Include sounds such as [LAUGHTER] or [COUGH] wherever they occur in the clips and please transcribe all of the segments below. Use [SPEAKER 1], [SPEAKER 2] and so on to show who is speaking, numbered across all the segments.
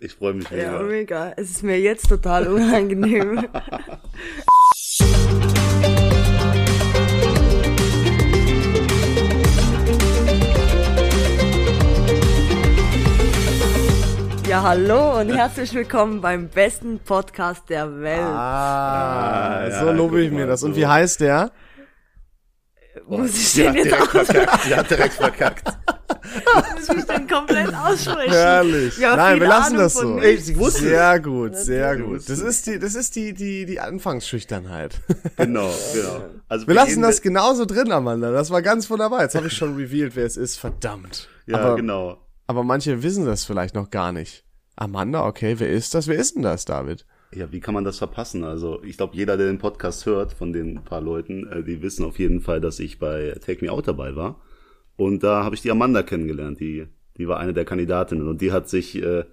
[SPEAKER 1] Ich freue mich
[SPEAKER 2] Ja,
[SPEAKER 1] mega.
[SPEAKER 2] mega. Es ist mir jetzt total
[SPEAKER 3] [LAUGHS]
[SPEAKER 2] unangenehm. ja, hallo und herzlich willkommen beim besten Podcast der Welt.
[SPEAKER 3] Ah,
[SPEAKER 1] ja,
[SPEAKER 3] so lobe ich
[SPEAKER 1] guck
[SPEAKER 3] mir
[SPEAKER 1] mal,
[SPEAKER 3] das. Und
[SPEAKER 1] so.
[SPEAKER 3] wie heißt der?
[SPEAKER 2] Muss ich
[SPEAKER 1] Die
[SPEAKER 2] den
[SPEAKER 1] hat direkt
[SPEAKER 2] jetzt auch
[SPEAKER 1] verkackt. Die hat direkt verkackt.
[SPEAKER 2] muss ich den komplett aussprechen?
[SPEAKER 3] Herrlich.
[SPEAKER 2] Ja,
[SPEAKER 3] Nein,
[SPEAKER 2] viel
[SPEAKER 3] wir lassen
[SPEAKER 2] Ahnung
[SPEAKER 3] das
[SPEAKER 2] von
[SPEAKER 3] so.
[SPEAKER 2] nichts.
[SPEAKER 1] sie wusste
[SPEAKER 3] Sehr gut, sehr
[SPEAKER 1] Du
[SPEAKER 3] gut.
[SPEAKER 1] wusstest
[SPEAKER 3] Das ist die, das ist die, die,
[SPEAKER 1] [LAUGHS]
[SPEAKER 3] die Anfangsschüchternheit.
[SPEAKER 1] Genau, genau. Also
[SPEAKER 3] Wir lassen
[SPEAKER 1] gehen
[SPEAKER 3] das
[SPEAKER 1] mit-
[SPEAKER 3] genauso drin, Amanda. Das war ganz wunderbar. Jetzt habe ich schon revealed, wer es ist. Verdammt.
[SPEAKER 1] Ja,
[SPEAKER 3] aber,
[SPEAKER 1] genau.
[SPEAKER 3] aber manche wissen das vielleicht noch gar nicht. Amanda, okay, wer ist das? Wer ist denn das, David?
[SPEAKER 1] Ja, wie kann man das verpassen? Also ich glaube, jeder, der den Podcast hört von den paar Leuten, äh, die wissen auf jeden Fall, dass ich bei Take Me Out dabei war. Und da habe ich die Amanda kennengelernt. Die, die war eine der Kandidatinnen und die hat sich, äh,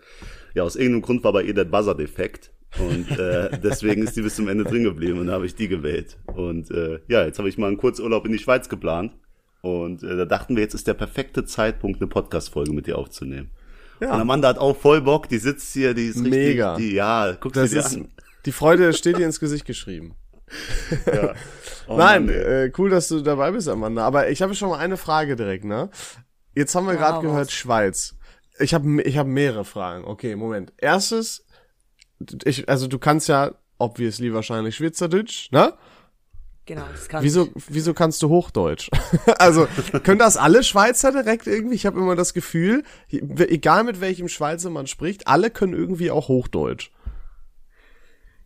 [SPEAKER 1] ja, aus irgendeinem Grund war bei ihr der Buzzer defekt. Und äh, deswegen ist die bis zum Ende drin geblieben und da habe ich die gewählt. Und äh, ja, jetzt habe ich mal einen Kurzurlaub in die Schweiz geplant. Und äh, da dachten wir, jetzt ist der perfekte Zeitpunkt, eine Podcast-Folge mit dir aufzunehmen. Ja. Und Amanda hat auch voll Bock, die sitzt hier, die ist richtig,
[SPEAKER 3] Mega.
[SPEAKER 1] Die, ja, guck
[SPEAKER 3] Das
[SPEAKER 1] sie dir
[SPEAKER 3] ist, [LAUGHS]
[SPEAKER 1] an.
[SPEAKER 3] die Freude steht dir ins Gesicht geschrieben.
[SPEAKER 1] Oh
[SPEAKER 3] Nein,
[SPEAKER 1] Mann, ey.
[SPEAKER 3] äh, cool, dass du dabei bist, Amanda. Aber ich habe schon mal eine Frage direkt, ne? Jetzt haben wir
[SPEAKER 2] Ja,
[SPEAKER 3] gerade
[SPEAKER 2] was?
[SPEAKER 3] gehört Schweiz. Ich habe ich hab mehrere Fragen. Okay, Moment. Erstes, ich, also du kannst ja obviously wahrscheinlich Schweizerdeutsch, ne?
[SPEAKER 2] Genau, das kann
[SPEAKER 3] Wieso, wieso kannst du Hochdeutsch? [LAUGHS] also können das alle Schweizer direkt irgendwie? Ich habe immer das Gefühl, egal mit welchem Schweizer man spricht, alle können irgendwie auch Hochdeutsch.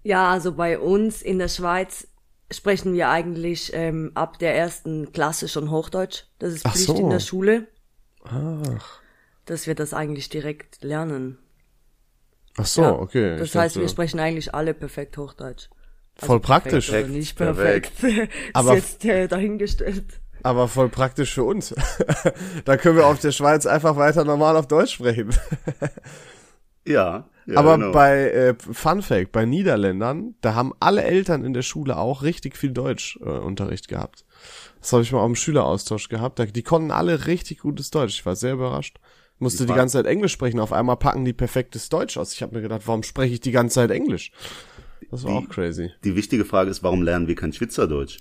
[SPEAKER 2] Ja, also bei uns in der Schweiz sprechen wir eigentlich ähm, ab der ersten Klasse schon Hochdeutsch. Das ist
[SPEAKER 3] Ach
[SPEAKER 2] Pflicht
[SPEAKER 3] so.
[SPEAKER 2] in der Schule. Ach. Dass wir das eigentlich direkt lernen.
[SPEAKER 3] Ach so,
[SPEAKER 2] Ja.
[SPEAKER 3] okay.
[SPEAKER 2] Das
[SPEAKER 3] ich
[SPEAKER 2] heißt, wir
[SPEAKER 3] dachte-
[SPEAKER 2] sprechen eigentlich alle perfekt Hochdeutsch.
[SPEAKER 3] Voll praktisch.
[SPEAKER 2] Äh, Perfekt oder nicht
[SPEAKER 1] Perfekt.
[SPEAKER 2] perfekt. [LAUGHS] ist
[SPEAKER 3] Aber-
[SPEAKER 2] jetzt äh, dahingestellt. [LAUGHS]
[SPEAKER 3] Aber voll praktisch für uns. [LAUGHS] da können wir auf der Schweiz einfach weiter normal auf Deutsch sprechen.
[SPEAKER 1] ja, ja.
[SPEAKER 3] Aber
[SPEAKER 1] genau.
[SPEAKER 3] bei äh, Fun Fact, bei Niederländern, da haben alle Eltern in der Schule auch richtig viel Deutschunterricht äh, Unterricht gehabt. Das habe ich mal auf dem Schüleraustausch gehabt. Da, die konnten alle richtig gutes Deutsch. Ich war sehr überrascht. Musste die
[SPEAKER 1] Fra-
[SPEAKER 3] ganze Zeit Englisch sprechen. Auf einmal packen die perfektes Deutsch aus. Ich habe mir gedacht, warum spreche ich die ganze Zeit Englisch? Das war auch crazy.
[SPEAKER 1] Die wichtige Frage ist, warum lernen wir kein Schweizerdeutsch?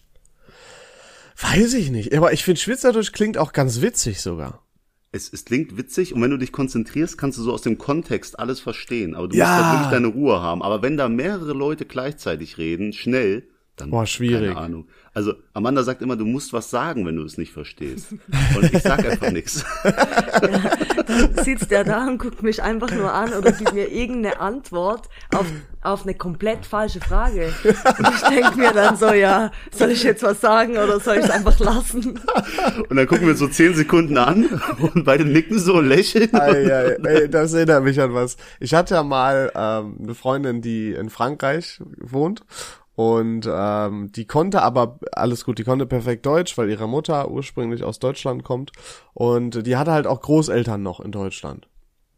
[SPEAKER 3] Weiß ich nicht. Aber ich finde, Schweizerdeutsch klingt auch ganz witzig sogar.
[SPEAKER 1] Es, es klingt witzig und wenn du dich konzentrierst, kannst du so aus dem Kontext alles verstehen. Aber du
[SPEAKER 3] Ja.
[SPEAKER 1] musst halt wirklich deine Ruhe haben. Aber wenn da mehrere Leute gleichzeitig reden, schnell, dann
[SPEAKER 3] Boah, schwierig.
[SPEAKER 1] keine Ahnung. Also Amanda sagt immer, du musst was sagen, wenn du es nicht verstehst. Und ich sag einfach
[SPEAKER 3] [LAUGHS]
[SPEAKER 1] nichts.
[SPEAKER 2] sitzt er da und guckt mich einfach nur an oder gibt mir irgendeine Antwort auf, auf eine komplett falsche Frage. Und ich denke mir dann so, ja, soll ich jetzt was sagen oder soll ich es einfach lassen?
[SPEAKER 1] Und dann gucken wir uns so zehn Sekunden an und beide nicken so und lächeln.
[SPEAKER 3] Ei, ei, ei, das erinnert mich an was. Ich hatte ja mal ähm, eine Freundin, die in Frankreich wohnt und ähm, die konnte aber alles gut, die konnte perfekt Deutsch, weil ihre Mutter ursprünglich aus Deutschland kommt und die hatte halt auch Großeltern noch in Deutschland.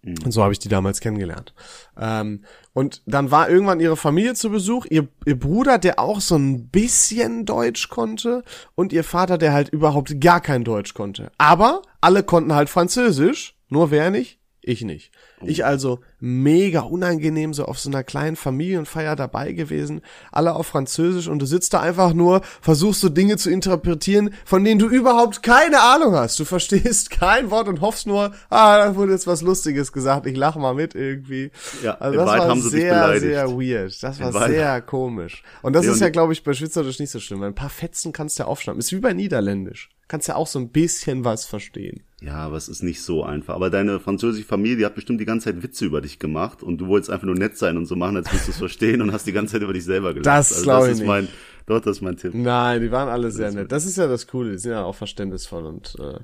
[SPEAKER 3] Und Mhm. so habe ich die damals kennengelernt. Ähm, und dann war irgendwann ihre Familie zu Besuch, ihr, ihr Bruder, der auch so ein bisschen Deutsch konnte und ihr Vater, der halt überhaupt gar kein Deutsch konnte. Aber alle konnten halt Französisch, nur wer nicht? Ich nicht. Ich also mega unangenehm so auf so einer kleinen Familienfeier dabei gewesen, alle auf Französisch und du sitzt da einfach nur, versuchst so Dinge zu interpretieren, von denen du überhaupt keine Ahnung hast. Du verstehst kein Wort und hoffst nur, ah, da wurde jetzt was Lustiges gesagt, ich lach mal mit irgendwie. Also
[SPEAKER 1] Ja, in Wahrheit haben sie dich
[SPEAKER 3] sehr,
[SPEAKER 1] beleidigt.
[SPEAKER 3] sehr weird. Das war
[SPEAKER 1] Wahrheit-
[SPEAKER 3] sehr komisch. Und das
[SPEAKER 1] Ja,
[SPEAKER 3] ist
[SPEAKER 1] und-
[SPEAKER 3] ja, glaube ich, bei Schweizerdeutsch nicht so schlimm, weil ein paar Fetzen kannst du ja aufschnappen. Ist wie bei Niederländisch. Kannst ja auch so ein bisschen was verstehen.
[SPEAKER 1] Ja, aber es ist nicht so einfach. Aber deine französische Familie hat bestimmt die ganze Zeit Witze über dich gemacht und du wolltest einfach nur nett sein und so machen, als würdest du es [LAUGHS] verstehen und hast die ganze Zeit über dich selber gelacht. Also
[SPEAKER 3] Das glaub ich
[SPEAKER 1] das ist
[SPEAKER 3] nicht.
[SPEAKER 1] mein, doch, das ist mein Tipp.
[SPEAKER 3] Nein, die waren alle sehr nett. Das ist ja das Coole. Die sind ja auch verständnisvoll und äh,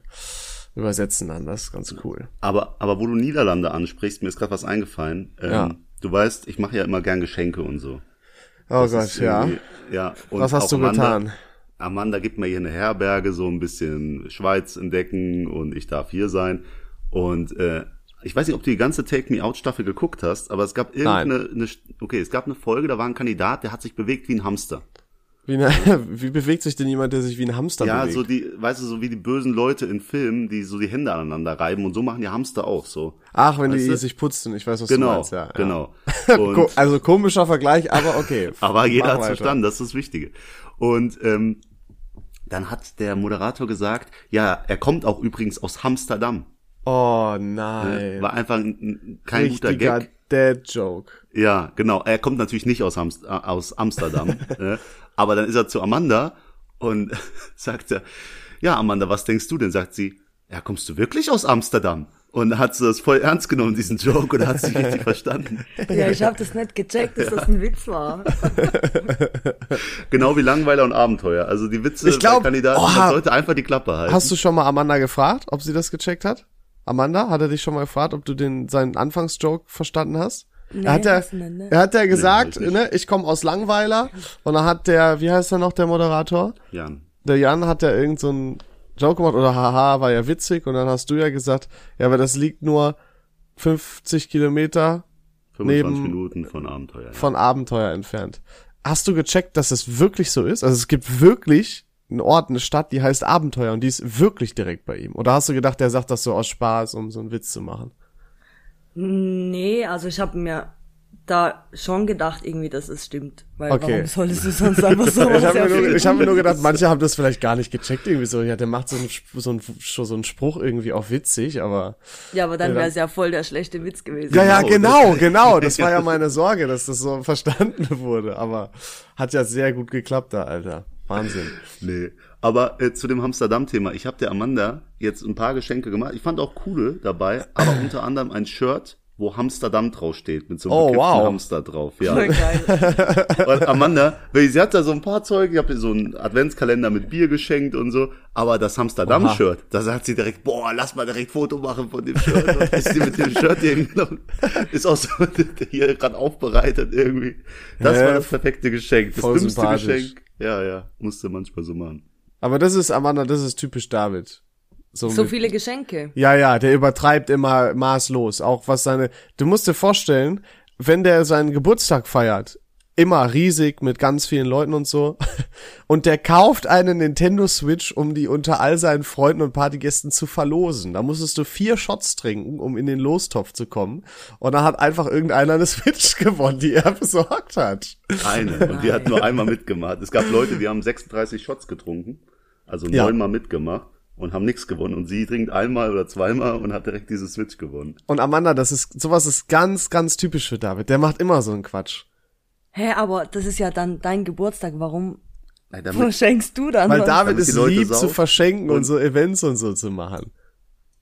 [SPEAKER 3] übersetzen dann. Das ist ganz cool.
[SPEAKER 1] Aber, aber wo du Niederlande ansprichst, mir ist gerade was eingefallen. Ähm,
[SPEAKER 3] Ja.
[SPEAKER 1] Du weißt, ich mache ja immer gern Geschenke und so.
[SPEAKER 3] Oh
[SPEAKER 1] Das
[SPEAKER 3] Gott,
[SPEAKER 1] ist
[SPEAKER 3] ja.
[SPEAKER 1] irgendwie- ja und
[SPEAKER 3] Was hast
[SPEAKER 1] auch
[SPEAKER 3] du
[SPEAKER 1] Amanda-
[SPEAKER 3] getan?
[SPEAKER 1] Amanda gibt mir hier eine Herberge, so ein bisschen Schweiz entdecken und ich darf hier sein. Und äh, ich weiß nicht, ob du die ganze Take Me Out Staffel geguckt hast, aber es gab irgendeine, eine, okay, es gab eine Folge, da war ein Kandidat, der hat sich bewegt wie ein Hamster.
[SPEAKER 3] Wie, eine, [LAUGHS] wie bewegt sich denn jemand, der sich wie ein Hamster
[SPEAKER 1] Ja,
[SPEAKER 3] bewegt?
[SPEAKER 1] so die, weißt du, so wie die bösen Leute in Filmen, die so die Hände aneinander reiben und so machen die Hamster auch so.
[SPEAKER 3] Ach, wenn
[SPEAKER 1] Weißt
[SPEAKER 3] die
[SPEAKER 1] du?
[SPEAKER 3] sich putzt und ich weiß, was du
[SPEAKER 1] Genau,
[SPEAKER 3] meinst. Ja, ja.
[SPEAKER 1] genau.
[SPEAKER 3] [LAUGHS] Ko- also komischer Vergleich, aber okay.
[SPEAKER 1] [LAUGHS] Aber jeder
[SPEAKER 3] Mach
[SPEAKER 1] hat es
[SPEAKER 3] weiter.
[SPEAKER 1] verstanden, das ist das Wichtige. Und ähm, dann hat der Moderator gesagt, ja, er kommt auch übrigens aus Amsterdam.
[SPEAKER 3] Oh nein.
[SPEAKER 1] War einfach ein- ein, kein guter
[SPEAKER 3] Richtiger
[SPEAKER 1] Gag.
[SPEAKER 3] Dad-Joke.
[SPEAKER 1] Ja, genau. Er kommt natürlich nicht aus, Hamst äh, aus
[SPEAKER 3] [LAUGHS]
[SPEAKER 1] Amsterdam. ne? Aber dann ist er zu Amanda und [LAUGHS] sagt er, ja, Amanda, was denkst du denn? Sagt sie, ja, kommst du wirklich aus Amsterdam? Und hat sie das voll ernst genommen, diesen Joke, und hat
[SPEAKER 3] [LAUGHS]
[SPEAKER 1] sie richtig verstanden.
[SPEAKER 2] Ja, ich habe das nicht gecheckt, dass das ein Witz war.
[SPEAKER 1] Genau wie Langweiler und Abenteuer. Also die Witze
[SPEAKER 3] Ich glaub, oh,
[SPEAKER 1] bei Kandidaten,
[SPEAKER 3] oha.
[SPEAKER 1] man sollte einfach die Klappe halten.
[SPEAKER 3] Hast du schon mal Amanda gefragt, ob sie das gecheckt hat? Amanda, hat er dich schon mal gefragt, ob du den seinen Anfangsjoke verstanden hast?
[SPEAKER 2] Nee,
[SPEAKER 3] er hat ja,
[SPEAKER 2] das nicht, ne?
[SPEAKER 3] er hat ja gesagt,
[SPEAKER 1] hab ich nicht.
[SPEAKER 3] ne, ich komme aus Langweiler und dann hat der, wie heißt er noch, der Moderator?
[SPEAKER 1] Jan.
[SPEAKER 3] Der Jan hat ja irgend so einen Joke gemacht oder haha, war ja witzig und dann hast du ja gesagt, ja, aber das liegt nur 50 Kilometer
[SPEAKER 1] 25
[SPEAKER 3] Neben-
[SPEAKER 1] Minuten von Abenteuer. Ja.
[SPEAKER 3] von Abenteuer entfernt. Hast du gecheckt, dass es wirklich so ist? Also es gibt wirklich einen Ort, eine Stadt, die heißt Abenteuer und die ist wirklich direkt bei ihm. Oder hast du gedacht, der sagt das so aus Spaß, um so einen Witz zu machen?
[SPEAKER 2] Nee, also ich habe mir da schon gedacht, irgendwie, dass es stimmt. Weil
[SPEAKER 3] Okay.
[SPEAKER 2] warum solltest du sonst einfach so
[SPEAKER 3] [LAUGHS] Ich habe mir, nur-
[SPEAKER 2] erfinden?
[SPEAKER 3] ich hab mir nur gedacht, manche haben das vielleicht gar nicht gecheckt irgendwie so. Ja, der macht so einen, Sp- so einen, so einen Spruch irgendwie auch witzig, aber...
[SPEAKER 2] Ja, aber dann
[SPEAKER 3] Ja, dann-
[SPEAKER 2] wäre es ja voll der schlechte Witz gewesen.
[SPEAKER 3] Ja, ja,
[SPEAKER 1] Genau,
[SPEAKER 3] [LAUGHS] genau, genau. Das war ja meine Sorge, dass das so verstanden [LAUGHS] wurde. Aber hat ja sehr gut geklappt da, Alter. Wahnsinn.
[SPEAKER 1] Nee. Aber äh, zu dem Amsterdam-Thema. Ich habe der Amanda jetzt ein paar Geschenke gemacht. Ich fand auch coole dabei, aber unter anderem ein Shirt, wo Amsterdam draufsteht, mit so einem
[SPEAKER 3] Oh,
[SPEAKER 1] bekippten
[SPEAKER 3] wow.
[SPEAKER 1] Hamster drauf.
[SPEAKER 3] [LAUGHS]
[SPEAKER 1] Ja.
[SPEAKER 2] [LAUGHS] Voll geil.
[SPEAKER 1] Und Amanda, weil sie hat da so ein paar Zeug, ich habe ihr so einen Adventskalender mit Bier geschenkt und so, aber das Amsterdam-Shirt, da sagt sie direkt, boah, lass mal direkt Foto machen von dem Shirt. Und ist sie mit dem Shirt hier hingenommen, ist auch so [LAUGHS] hier gerade aufbereitet irgendwie. Das
[SPEAKER 3] Hä?
[SPEAKER 1] war das perfekte Geschenk, das
[SPEAKER 3] Voll
[SPEAKER 1] dümmste
[SPEAKER 3] sympathisch.
[SPEAKER 1] Geschenk. Ja, ja, musste manchmal so machen.
[SPEAKER 3] Aber das ist, Amanda, das ist typisch David.
[SPEAKER 2] So
[SPEAKER 3] mit-
[SPEAKER 2] viele Geschenke.
[SPEAKER 3] Ja, ja, der übertreibt immer maßlos. Auch was seine. Du musst dir vorstellen, wenn der seinen Geburtstag feiert, immer riesig mit ganz vielen Leuten und so. [LAUGHS] Und der kauft eine Nintendo Switch, um die unter all seinen Freunden und Partygästen zu verlosen. Da musstest du vier Shots trinken, um in den Lostopf zu kommen. Und dann hat einfach irgendeiner eine [LAUGHS] Switch gewonnen, die er besorgt hat.
[SPEAKER 1] Eine. Und die hat nur einmal mitgemacht. Es gab Leute, die haben 36 Shots getrunken, also
[SPEAKER 3] Ja.
[SPEAKER 1] neunmal mitgemacht und haben nichts gewonnen. Und sie trinkt einmal oder zweimal und hat direkt diese Switch gewonnen.
[SPEAKER 3] Und Amanda, das ist, sowas ist ganz, ganz typisch für David. Der macht immer so einen Quatsch.
[SPEAKER 2] Hä, aber das ist ja dann dein Geburtstag. Warum
[SPEAKER 1] Nein, damit-
[SPEAKER 2] verschenkst du dann?
[SPEAKER 3] Weil
[SPEAKER 2] was?
[SPEAKER 3] David
[SPEAKER 1] Damit
[SPEAKER 3] ist
[SPEAKER 1] die Leute
[SPEAKER 3] lieb zu
[SPEAKER 1] saufen
[SPEAKER 3] verschenken und,
[SPEAKER 1] und-
[SPEAKER 3] so Events und so zu machen.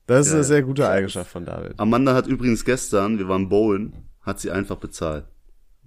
[SPEAKER 3] Das ist
[SPEAKER 1] Ja,
[SPEAKER 3] eine
[SPEAKER 1] ja.
[SPEAKER 3] sehr gute Eigenschaft von David. [LAUGHS]
[SPEAKER 1] Amanda hat übrigens gestern, wir waren bowlen, hat sie einfach bezahlt.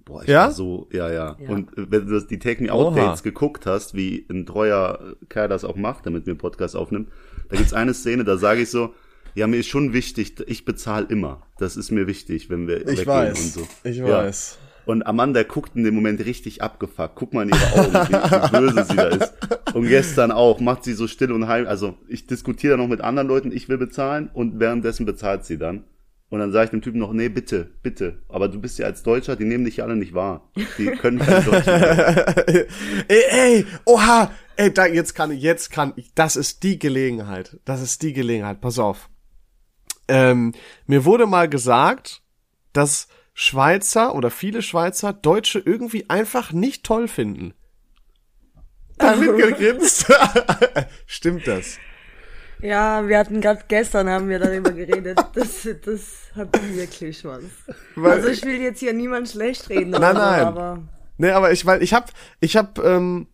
[SPEAKER 1] Boah, ich
[SPEAKER 3] Ja?
[SPEAKER 1] war so, ja, ja,
[SPEAKER 2] Ja.
[SPEAKER 1] Und äh, wenn du das, die Take Me
[SPEAKER 3] Oha.
[SPEAKER 1] Out Dates geguckt hast, wie ein treuer Kerl das auch macht, damit mir einen Podcast aufnimmt, da gibt's eine Szene, da sage ich so, ja, mir ist schon wichtig, ich bezahle immer. Das ist mir wichtig, wenn wir weggehen und so.
[SPEAKER 3] Ich
[SPEAKER 1] Ja.
[SPEAKER 3] weiß.
[SPEAKER 1] Und Amanda guckt in dem Moment richtig abgefuckt. Guck mal in ihre Augen,
[SPEAKER 3] [LAUGHS]
[SPEAKER 1] wie, wie böse sie da ist. Und gestern auch, macht sie so still und heim. Also ich diskutiere da noch mit anderen Leuten, ich will bezahlen und währenddessen bezahlt sie dann. Und dann sage ich dem Typen noch, nee, bitte, bitte. Aber du bist ja als Deutscher, die nehmen dich ja alle nicht wahr. Die können keine
[SPEAKER 3] [LAUGHS]
[SPEAKER 1] Deutschen sein.
[SPEAKER 3] ey, ey, oha, ey, da, jetzt kann ich, jetzt kann ich, das ist die Gelegenheit. Das ist die Gelegenheit, pass auf. Ähm, mir wurde mal gesagt, dass Schweizer oder viele Schweizer Deutsche irgendwie einfach nicht toll finden.
[SPEAKER 1] [LAUGHS]
[SPEAKER 3] Damit gegrinst. [LAUGHS] Stimmt das?
[SPEAKER 2] Ja, wir hatten gerade gestern, haben wir darüber
[SPEAKER 3] [LAUGHS]
[SPEAKER 2] geredet. Das, das hat wirklich was.
[SPEAKER 3] Weil-
[SPEAKER 2] also ich will jetzt hier niemand schlecht reden.
[SPEAKER 3] Nein,
[SPEAKER 2] oder so,
[SPEAKER 3] nein.
[SPEAKER 2] Aber
[SPEAKER 3] Nee, aber ich, weil ich hab, ich hab, ähm,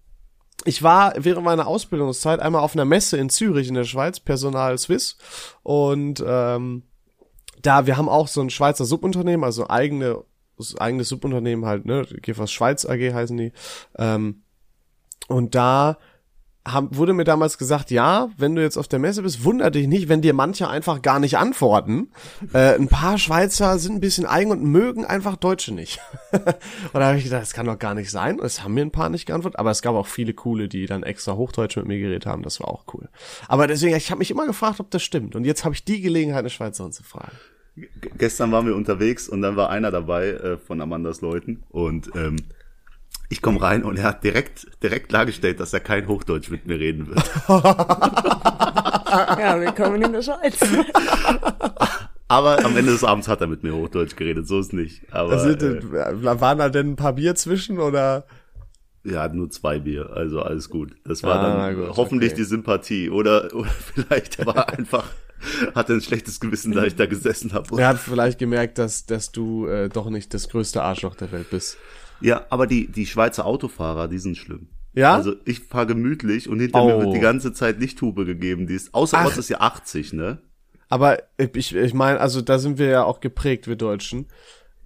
[SPEAKER 3] ich war während meiner Ausbildungszeit einmal auf einer Messe in Zürich in der Schweiz, Personal Swiss, und ähm, da, wir haben auch so ein Schweizer Subunternehmen, also eigene, eigenes Subunternehmen halt, ne, GFS Schweiz AG heißen die, ähm, und da haben, wurde mir damals gesagt, ja, wenn du jetzt auf der Messe bist, wundert dich nicht, wenn dir manche einfach gar nicht antworten. Äh, ein paar Schweizer sind ein bisschen eigen und mögen einfach Deutsche nicht. [LAUGHS] und da habe ich gedacht, das kann doch gar nicht sein. Und es haben mir ein paar nicht geantwortet, aber es gab auch viele coole, die dann extra Hochdeutsch mit mir geredet haben. Das war auch cool. Aber deswegen, ich habe mich immer gefragt, ob das stimmt. Und jetzt habe ich die Gelegenheit, eine Schweizerin zu fragen.
[SPEAKER 1] G- gestern waren wir unterwegs und dann war einer dabei äh, von Amandas Leuten und ähm, Ich komme rein und er hat direkt, direkt klargestellt, dass er kein Hochdeutsch mit mir reden wird.
[SPEAKER 2] Ja, willkommen in der Schweiz.
[SPEAKER 3] [LAUGHS]
[SPEAKER 1] Aber am Ende des Abends hat er mit mir Hochdeutsch geredet, so ist nicht. Aber
[SPEAKER 3] Also,
[SPEAKER 1] äh,
[SPEAKER 3] waren da denn ein paar Bier zwischen oder?
[SPEAKER 1] äh, er hat nur zwei Bier, also alles gut. Das war
[SPEAKER 3] Ah,
[SPEAKER 1] dann
[SPEAKER 3] gut,
[SPEAKER 1] hoffentlich
[SPEAKER 3] okay.
[SPEAKER 1] die Sympathie oder, [LAUGHS] oder vielleicht war er einfach, hatte ein schlechtes Gewissen, da ich da gesessen habe.
[SPEAKER 3] Er hat vielleicht gemerkt, dass, dass du äh, doch nicht das größte Arschloch der Welt bist.
[SPEAKER 1] Ja, aber die, die Schweizer Autofahrer, die sind schlimm.
[SPEAKER 3] Ja?
[SPEAKER 1] Also ich fahre gemütlich und hinter
[SPEAKER 3] Oh.
[SPEAKER 1] mir wird die ganze Zeit Lichthube gegeben. Die ist, außerorts ist ja 80, ne?
[SPEAKER 3] Aber ich, ich meine, also da sind wir ja auch geprägt, wir Deutschen.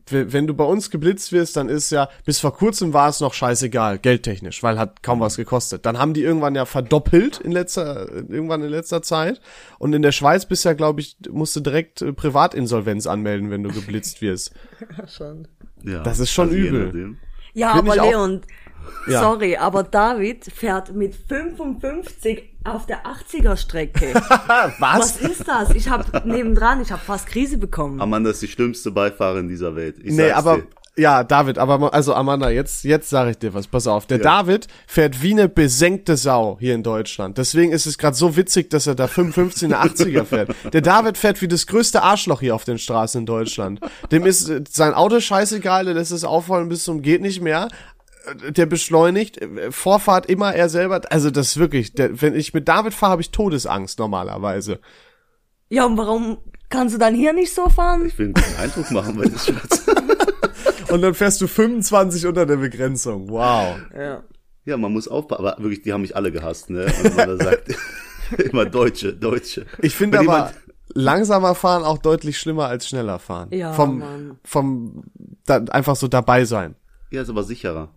[SPEAKER 3] W- Wenn du bei uns geblitzt wirst, dann ist ja, bis vor kurzem war es noch scheißegal, geldtechnisch, weil hat kaum was gekostet. Dann haben die irgendwann ja verdoppelt in letzter, irgendwann in letzter Zeit. Und in der Schweiz bist ja, glaube ich, musst du direkt äh, Privatinsolvenz anmelden, wenn du
[SPEAKER 2] [LAUGHS]
[SPEAKER 3] geblitzt wirst.
[SPEAKER 2] Schon.
[SPEAKER 1] Ja. also
[SPEAKER 3] Das ist schon
[SPEAKER 1] je
[SPEAKER 3] übel.
[SPEAKER 1] nachdem.
[SPEAKER 2] Ja,
[SPEAKER 3] Bin
[SPEAKER 2] aber
[SPEAKER 3] ich auch-
[SPEAKER 2] Leon,
[SPEAKER 3] Ja.
[SPEAKER 2] sorry, aber David fährt mit 55 auf der 80er
[SPEAKER 3] [LAUGHS]
[SPEAKER 2] Strecke. Was ist das? Ich habe nebendran, ich habe fast Krise bekommen.
[SPEAKER 1] Amanda ist die schlimmste Beifahrerin dieser Welt. Ich
[SPEAKER 3] Nee,
[SPEAKER 1] sag's
[SPEAKER 3] aber
[SPEAKER 1] dir.
[SPEAKER 3] ja, David, aber ma- also Amanda, jetzt jetzt sage ich dir was. Pass auf, der
[SPEAKER 1] Ja.
[SPEAKER 3] David fährt wie eine besenkte Sau hier in Deutschland. Deswegen ist es gerade so witzig, dass er da 55 eine 80er fährt. Der David fährt wie das größte Arschloch hier auf den Straßen in Deutschland. Dem ist äh, sein Auto scheißegal, der lässt es aufholen bis zum geht nicht mehr. Äh, Der beschleunigt, äh, Vorfahrt immer er selber. Also das ist wirklich, der, wenn ich mit David fahre, habe ich Todesangst normalerweise.
[SPEAKER 2] Ja, und warum kannst du dann hier nicht so fahren?
[SPEAKER 1] Ich will einen guten Eindruck machen bei den Schweizer.
[SPEAKER 3] Und dann fährst du 25 unter der Begrenzung. Wow.
[SPEAKER 2] Ja.
[SPEAKER 1] Ja, man muss aufpassen. Aber wirklich, die haben mich alle gehasst, ne? Und Amanda
[SPEAKER 3] [LAUGHS]
[SPEAKER 1] sagt immer Deutsche, Deutsche.
[SPEAKER 3] Ich finde
[SPEAKER 1] Wenn
[SPEAKER 3] aber
[SPEAKER 1] jemand-
[SPEAKER 3] langsamer fahren auch deutlich schlimmer als schneller fahren.
[SPEAKER 2] Ja,
[SPEAKER 3] vom
[SPEAKER 2] Mann.
[SPEAKER 3] vom da, einfach so dabei sein.
[SPEAKER 1] ja, ist aber sicherer.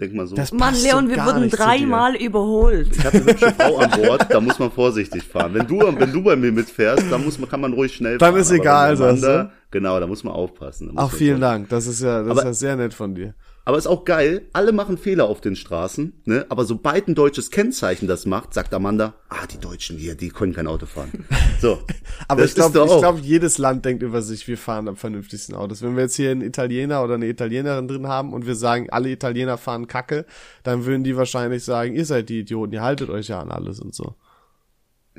[SPEAKER 1] Denk mal so.
[SPEAKER 3] Das
[SPEAKER 2] Mann,
[SPEAKER 3] passt
[SPEAKER 2] Leon,
[SPEAKER 3] so
[SPEAKER 2] wir
[SPEAKER 3] gar
[SPEAKER 2] wurden
[SPEAKER 3] nicht zu dir.
[SPEAKER 2] dreimal überholt.
[SPEAKER 1] ich habe eine hübsche Frau an Bord, da muss man vorsichtig fahren. Wenn du, wenn du bei mir mitfährst, dann muss man, kann man ruhig schnell
[SPEAKER 3] Dann
[SPEAKER 1] fahren.
[SPEAKER 3] ist egal,
[SPEAKER 1] Aber wenn man
[SPEAKER 3] sagst du?
[SPEAKER 1] Amanda- Genau, da muss man aufpassen. Da muss
[SPEAKER 3] Ach,
[SPEAKER 1] man
[SPEAKER 3] vielen Dank. Das ist ja das ist
[SPEAKER 1] Aber-
[SPEAKER 3] ja sehr nett von dir.
[SPEAKER 1] Aber ist auch geil, alle machen Fehler auf den Straßen, ne? Aber sobald ein deutsches Kennzeichen das macht, sagt Amanda, ah, die Deutschen hier, die können kein Auto fahren. So.
[SPEAKER 3] [LAUGHS] Aber
[SPEAKER 1] das ist
[SPEAKER 3] ich glaube,
[SPEAKER 1] doch
[SPEAKER 3] ich
[SPEAKER 1] auch-
[SPEAKER 3] glaube, jedes Land denkt über sich, wir fahren am vernünftigsten Autos. Wenn wir jetzt hier einen Italiener oder eine Italienerin drin haben und wir sagen, alle Italiener fahren Kacke, dann würden die wahrscheinlich sagen, ihr seid die Idioten, ihr haltet euch ja an alles und so.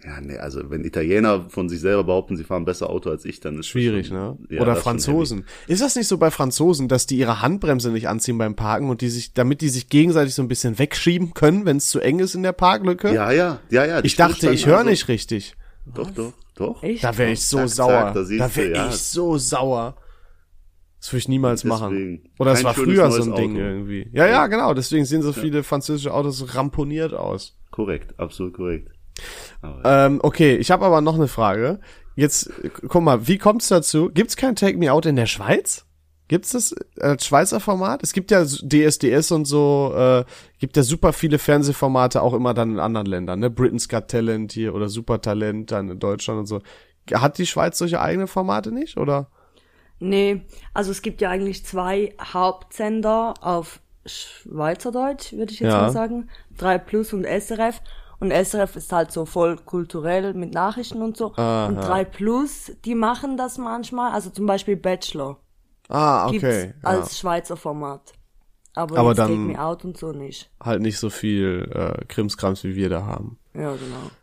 [SPEAKER 1] Ja, nee, also wenn Italiener von sich selber behaupten, sie fahren besser Auto als ich, dann ist das
[SPEAKER 3] Schwierig,
[SPEAKER 1] schon,
[SPEAKER 3] ne?
[SPEAKER 1] Ja,
[SPEAKER 3] Oder
[SPEAKER 1] das ist schon
[SPEAKER 3] Franzosen. Ist das nicht so bei Franzosen, dass die ihre Handbremse nicht anziehen beim Parken und die sich, damit die sich gegenseitig so ein bisschen wegschieben können, wenn es zu eng ist in der
[SPEAKER 1] heavy.
[SPEAKER 3] Parklücke?
[SPEAKER 1] Ja, ja, ja, ja. die
[SPEAKER 3] ne? ich dachte, ich höre
[SPEAKER 1] Stoßstangen,
[SPEAKER 3] nicht richtig.
[SPEAKER 1] also- Doch, doch, doch.
[SPEAKER 2] Echt?
[SPEAKER 3] Da wäre ich so
[SPEAKER 1] Zack, zack,
[SPEAKER 3] sauer.
[SPEAKER 1] da
[SPEAKER 3] da
[SPEAKER 1] siehst du,
[SPEAKER 3] wäre
[SPEAKER 1] ja.
[SPEAKER 3] ich so sauer. Das würde ich niemals machen.
[SPEAKER 1] Deswegen.
[SPEAKER 3] Oder es
[SPEAKER 1] Kein
[SPEAKER 3] war
[SPEAKER 1] schönes
[SPEAKER 3] früher so
[SPEAKER 1] neues
[SPEAKER 3] ein Ding
[SPEAKER 1] Auto.
[SPEAKER 3] irgendwie. Ja, ja, genau. Deswegen sehen so viele französische Autos so ramponiert aus.
[SPEAKER 1] Korrekt, absolut korrekt.
[SPEAKER 3] Ähm, okay, ich habe aber noch eine Frage. Jetzt, äh, guck mal, wie kommt's dazu? Gibt's kein Take Me Out in der Schweiz? Gibt's das als Schweizer Format? Es gibt ja s- DSDS und so, äh, gibt ja super viele Fernsehformate auch immer dann in anderen Ländern, ne? Britain's Got Talent hier oder Super Talent dann in Deutschland und so. Hat die Schweiz solche eigene Formate nicht, oder?
[SPEAKER 2] Nee, also es gibt ja eigentlich zwei Hauptsender auf Schweizerdeutsch, würde ich jetzt
[SPEAKER 3] Ja.
[SPEAKER 2] mal sagen. 3 Plus und SRF. Und SRF ist halt so voll kulturell mit Nachrichten und so. Und 3 Plus, die machen das manchmal. Also zum Beispiel Bachelor
[SPEAKER 3] Ah,
[SPEAKER 2] gibt's
[SPEAKER 3] okay. Ja.
[SPEAKER 2] als Schweizer Format. Aber,
[SPEAKER 3] Aber
[SPEAKER 2] jetzt
[SPEAKER 3] dann-
[SPEAKER 2] Take Me Out und so nicht.
[SPEAKER 3] Halt nicht so viel äh, Krimskrams, wie wir da haben.
[SPEAKER 2] Ja, genau.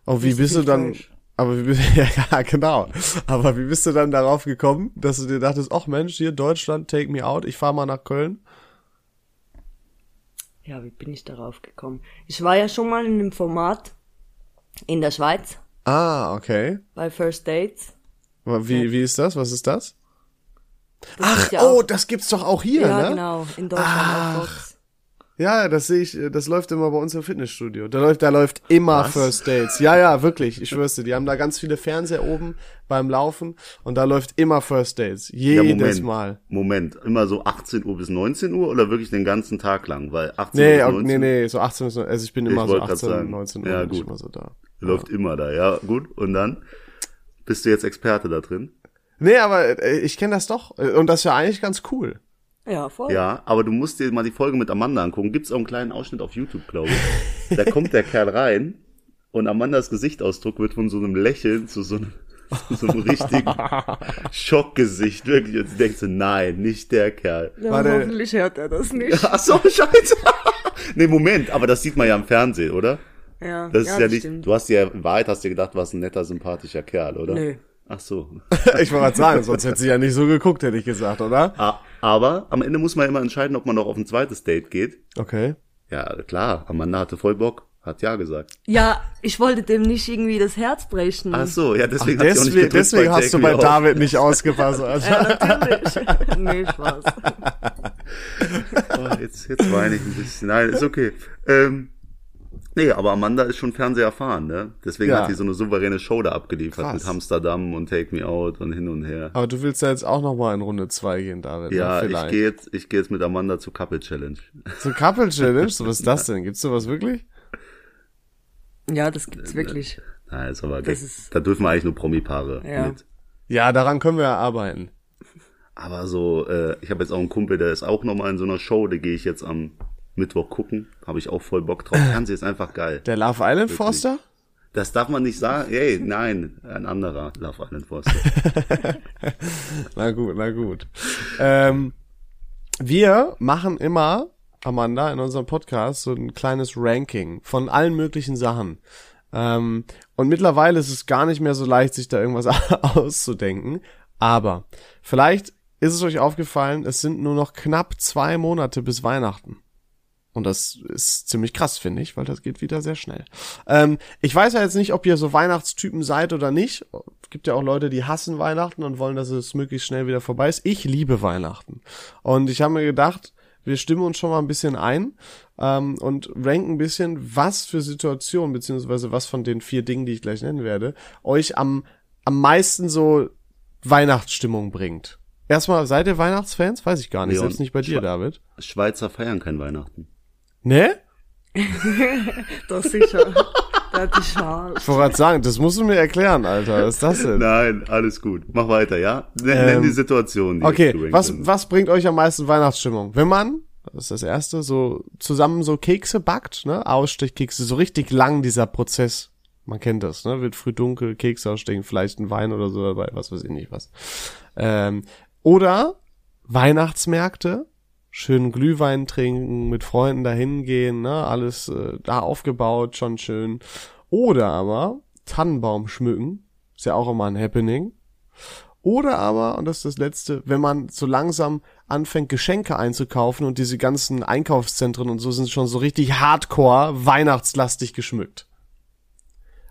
[SPEAKER 3] Und Oh, wie
[SPEAKER 2] Nicht so
[SPEAKER 3] bist du
[SPEAKER 2] viel
[SPEAKER 3] dann,
[SPEAKER 2] Trash.
[SPEAKER 3] aber wie bist, [LAUGHS] ja, genau. Aber wie bist du dann darauf gekommen, dass du dir dachtest, ach Mensch, hier Deutschland, take me out, ich fahr mal nach Köln?
[SPEAKER 2] Ja, wie bin ich darauf gekommen? Ich war ja schon mal in einem Format in der Schweiz
[SPEAKER 3] Ah, okay.
[SPEAKER 2] bei First Dates.
[SPEAKER 3] Wa- Wie, wie ist das? Was ist das?
[SPEAKER 2] Das ist ja
[SPEAKER 3] oh,
[SPEAKER 2] auch-
[SPEAKER 3] das gibt's doch auch hier,
[SPEAKER 2] ja,
[SPEAKER 3] ne?
[SPEAKER 2] genau, in Deutschland auf Vox.
[SPEAKER 3] Ja, das sehe ich, äh, das läuft immer bei uns im Fitnessstudio. Da läuft, da läuft immer First Dates. Ja, ja, wirklich, ich schwör's dir. Die haben da ganz viele Fernseher oben beim Laufen und da läuft immer First Dates.
[SPEAKER 1] Ja,
[SPEAKER 3] Jedes Mal.
[SPEAKER 1] Moment, immer so 18 Uhr bis 19 Uhr oder wirklich den ganzen Tag lang? Weil 18
[SPEAKER 3] Nee,
[SPEAKER 1] Uhr
[SPEAKER 3] ok-
[SPEAKER 1] bis 19
[SPEAKER 3] nee,
[SPEAKER 1] Uhr
[SPEAKER 3] nee, so 18 bis 19, also ich bin immer so
[SPEAKER 1] wollte grad
[SPEAKER 3] 18,
[SPEAKER 1] sagen.
[SPEAKER 3] 19 Uhr,
[SPEAKER 1] Ja,
[SPEAKER 3] bin ich
[SPEAKER 1] gut.
[SPEAKER 3] immer so da.
[SPEAKER 1] läuft immer da, ja, gut. Und dann bist du jetzt Experte da drin?
[SPEAKER 3] Nee, aber äh, ich kenne das doch. Äh, Und das ist ja eigentlich ganz cool. [LAUGHS]
[SPEAKER 2] Ja, voll.
[SPEAKER 1] Ja, aber du musst dir mal die Folge mit Amanda angucken. Gibt's auch einen kleinen Ausschnitt auf YouTube, glaube ich. Da kommt der Kerl rein und Amandas Gesichtsausdruck wird von so einem Lächeln zu so einem, zu so einem richtigen Schockgesicht. Wirklich. Und du denkst, so, nein, nicht der Kerl.
[SPEAKER 2] Ja,
[SPEAKER 3] Warte.
[SPEAKER 2] hoffentlich hört er das nicht.
[SPEAKER 1] Ach so, [LAUGHS] scheiße. nee, Moment, aber das sieht man ja im Fernsehen, oder?
[SPEAKER 2] Ja,
[SPEAKER 1] Das
[SPEAKER 2] ja,
[SPEAKER 1] ist ja nicht.
[SPEAKER 2] stimmt.
[SPEAKER 1] Du hast ja in Wahrheit hast dir gedacht, du warst ein netter, sympathischer Kerl, oder?
[SPEAKER 2] Nö.
[SPEAKER 1] Ach so.
[SPEAKER 3] ich wollte gerade sagen, sonst hätte sie ja nicht so geguckt, hätte ich gesagt, oder?
[SPEAKER 1] A- Aber am Ende muss man immer entscheiden, ob man noch auf ein zweites Date geht.
[SPEAKER 3] Okay.
[SPEAKER 1] Ja, klar, Amanda hatte voll Bock, hat ja gesagt.
[SPEAKER 2] Ja, ich wollte dem nicht irgendwie das Herz brechen.
[SPEAKER 1] Ach so, ja, deswegen hat sie auch nicht
[SPEAKER 3] Deswegen,
[SPEAKER 1] gedrückt bei
[SPEAKER 3] deswegen hast du
[SPEAKER 1] Take
[SPEAKER 3] bei
[SPEAKER 1] Me Out.
[SPEAKER 3] David nicht ausgepasst.
[SPEAKER 1] [LAUGHS]
[SPEAKER 3] Also.
[SPEAKER 2] Ja, natürlich. [LAUGHS] nee, Spaß.
[SPEAKER 1] Oh, jetzt, jetzt weine ich ein bisschen. Nein, ist okay. Ähm, nee, aber Amanda ist schon Fernseher erfahren, ne? Deswegen
[SPEAKER 3] Ja.
[SPEAKER 1] hat die so eine souveräne Show da abgeliefert
[SPEAKER 3] Krass.
[SPEAKER 1] mit Amsterdam und Take Me Out und hin und her.
[SPEAKER 3] Aber du willst ja jetzt auch nochmal in Runde zwei gehen, David.
[SPEAKER 1] Ja,
[SPEAKER 3] ne?
[SPEAKER 1] ich
[SPEAKER 3] vielleicht.
[SPEAKER 1] gehe jetzt, ich geh jetzt mit Amanda zur Couple Challenge. [LAUGHS]
[SPEAKER 3] Zur Couple Challenge? So, was ist das denn? Gibt's sowas wirklich?
[SPEAKER 2] Ja, das gibt's wirklich.
[SPEAKER 1] Nein, ist aber
[SPEAKER 2] Das
[SPEAKER 1] ge-
[SPEAKER 2] ist-
[SPEAKER 1] Da dürfen eigentlich nur Promi-Paare
[SPEAKER 2] Ja.
[SPEAKER 1] mit.
[SPEAKER 3] Ja, daran können wir ja arbeiten.
[SPEAKER 1] Aber so, äh, ich habe jetzt auch einen Kumpel, der ist auch nochmal in so einer Show, da gehe ich jetzt am Mittwoch gucken. Habe ich auch voll
[SPEAKER 3] [CLEARS THROAT]
[SPEAKER 1] Bock drauf. Fernsehen ist einfach geil.
[SPEAKER 3] Der Love Island Forster?
[SPEAKER 1] Das darf man nicht sagen. Ey, nein, ein anderer Love Island [LAUGHS] Forster.
[SPEAKER 3] Na gut, na gut. Ähm, wir machen immer, Amanda, in unserem Podcast so ein kleines Ranking von allen möglichen Sachen. Ähm, und mittlerweile ist es gar nicht mehr so leicht, sich da irgendwas [LAUGHS] auszudenken. Aber vielleicht ist es euch aufgefallen, es sind nur noch knapp zwei Monate bis Weihnachten. Und das ist ziemlich krass, finde ich, weil das geht wieder sehr schnell. Ähm, ich weiß ja jetzt nicht, ob ihr so Weihnachtstypen seid oder nicht. Es gibt ja auch Leute, die hassen Weihnachten und wollen, dass es möglichst schnell wieder vorbei ist. Ich liebe Weihnachten. Und ich habe mir gedacht, wir stimmen uns schon mal ein bisschen ein ähm, und ranken ein bisschen, was für Situationen, beziehungsweise was von den vier Dingen, die ich gleich nennen werde, euch am, am meisten so Weihnachtsstimmung bringt. Erstmal, seid ihr Weihnachtsfans? Weiß ich gar nicht.
[SPEAKER 1] Leon,
[SPEAKER 3] Selbst nicht bei dir,
[SPEAKER 1] schwa-
[SPEAKER 3] David.
[SPEAKER 1] Schweizer feiern kein Weihnachten.
[SPEAKER 3] Ne?
[SPEAKER 2] Doch sicher. Da hat die Schar.
[SPEAKER 3] Ich wollte gerade sagen, das musst du mir erklären, Alter. Was ist das denn?
[SPEAKER 1] Nein, alles gut. Mach weiter, ja? N nenn die Situation. Die jetzt
[SPEAKER 3] Okay,
[SPEAKER 1] gerankt
[SPEAKER 3] was,
[SPEAKER 1] sind.
[SPEAKER 3] was bringt euch am meisten Weihnachtsstimmung? Wenn man, das ist das Erste, so zusammen so Kekse backt, ne? Ausstechkekse, so richtig lang dieser Prozess. Man kennt das, ne? Wird früh dunkel, Kekse ausstechen, vielleicht ein Wein oder so dabei, was weiß ich nicht was. Ähm, oder Weihnachtsmärkte, schön Glühwein trinken, mit Freunden dahin gehen, ne? Alles äh, da aufgebaut, schon schön. Oder aber Tannenbaum schmücken, ist ja auch immer ein Happening. Oder aber, und das ist das Letzte, wenn man so langsam anfängt, Geschenke einzukaufen und diese ganzen Einkaufszentren und so sind schon so richtig hardcore weihnachtslastig geschmückt.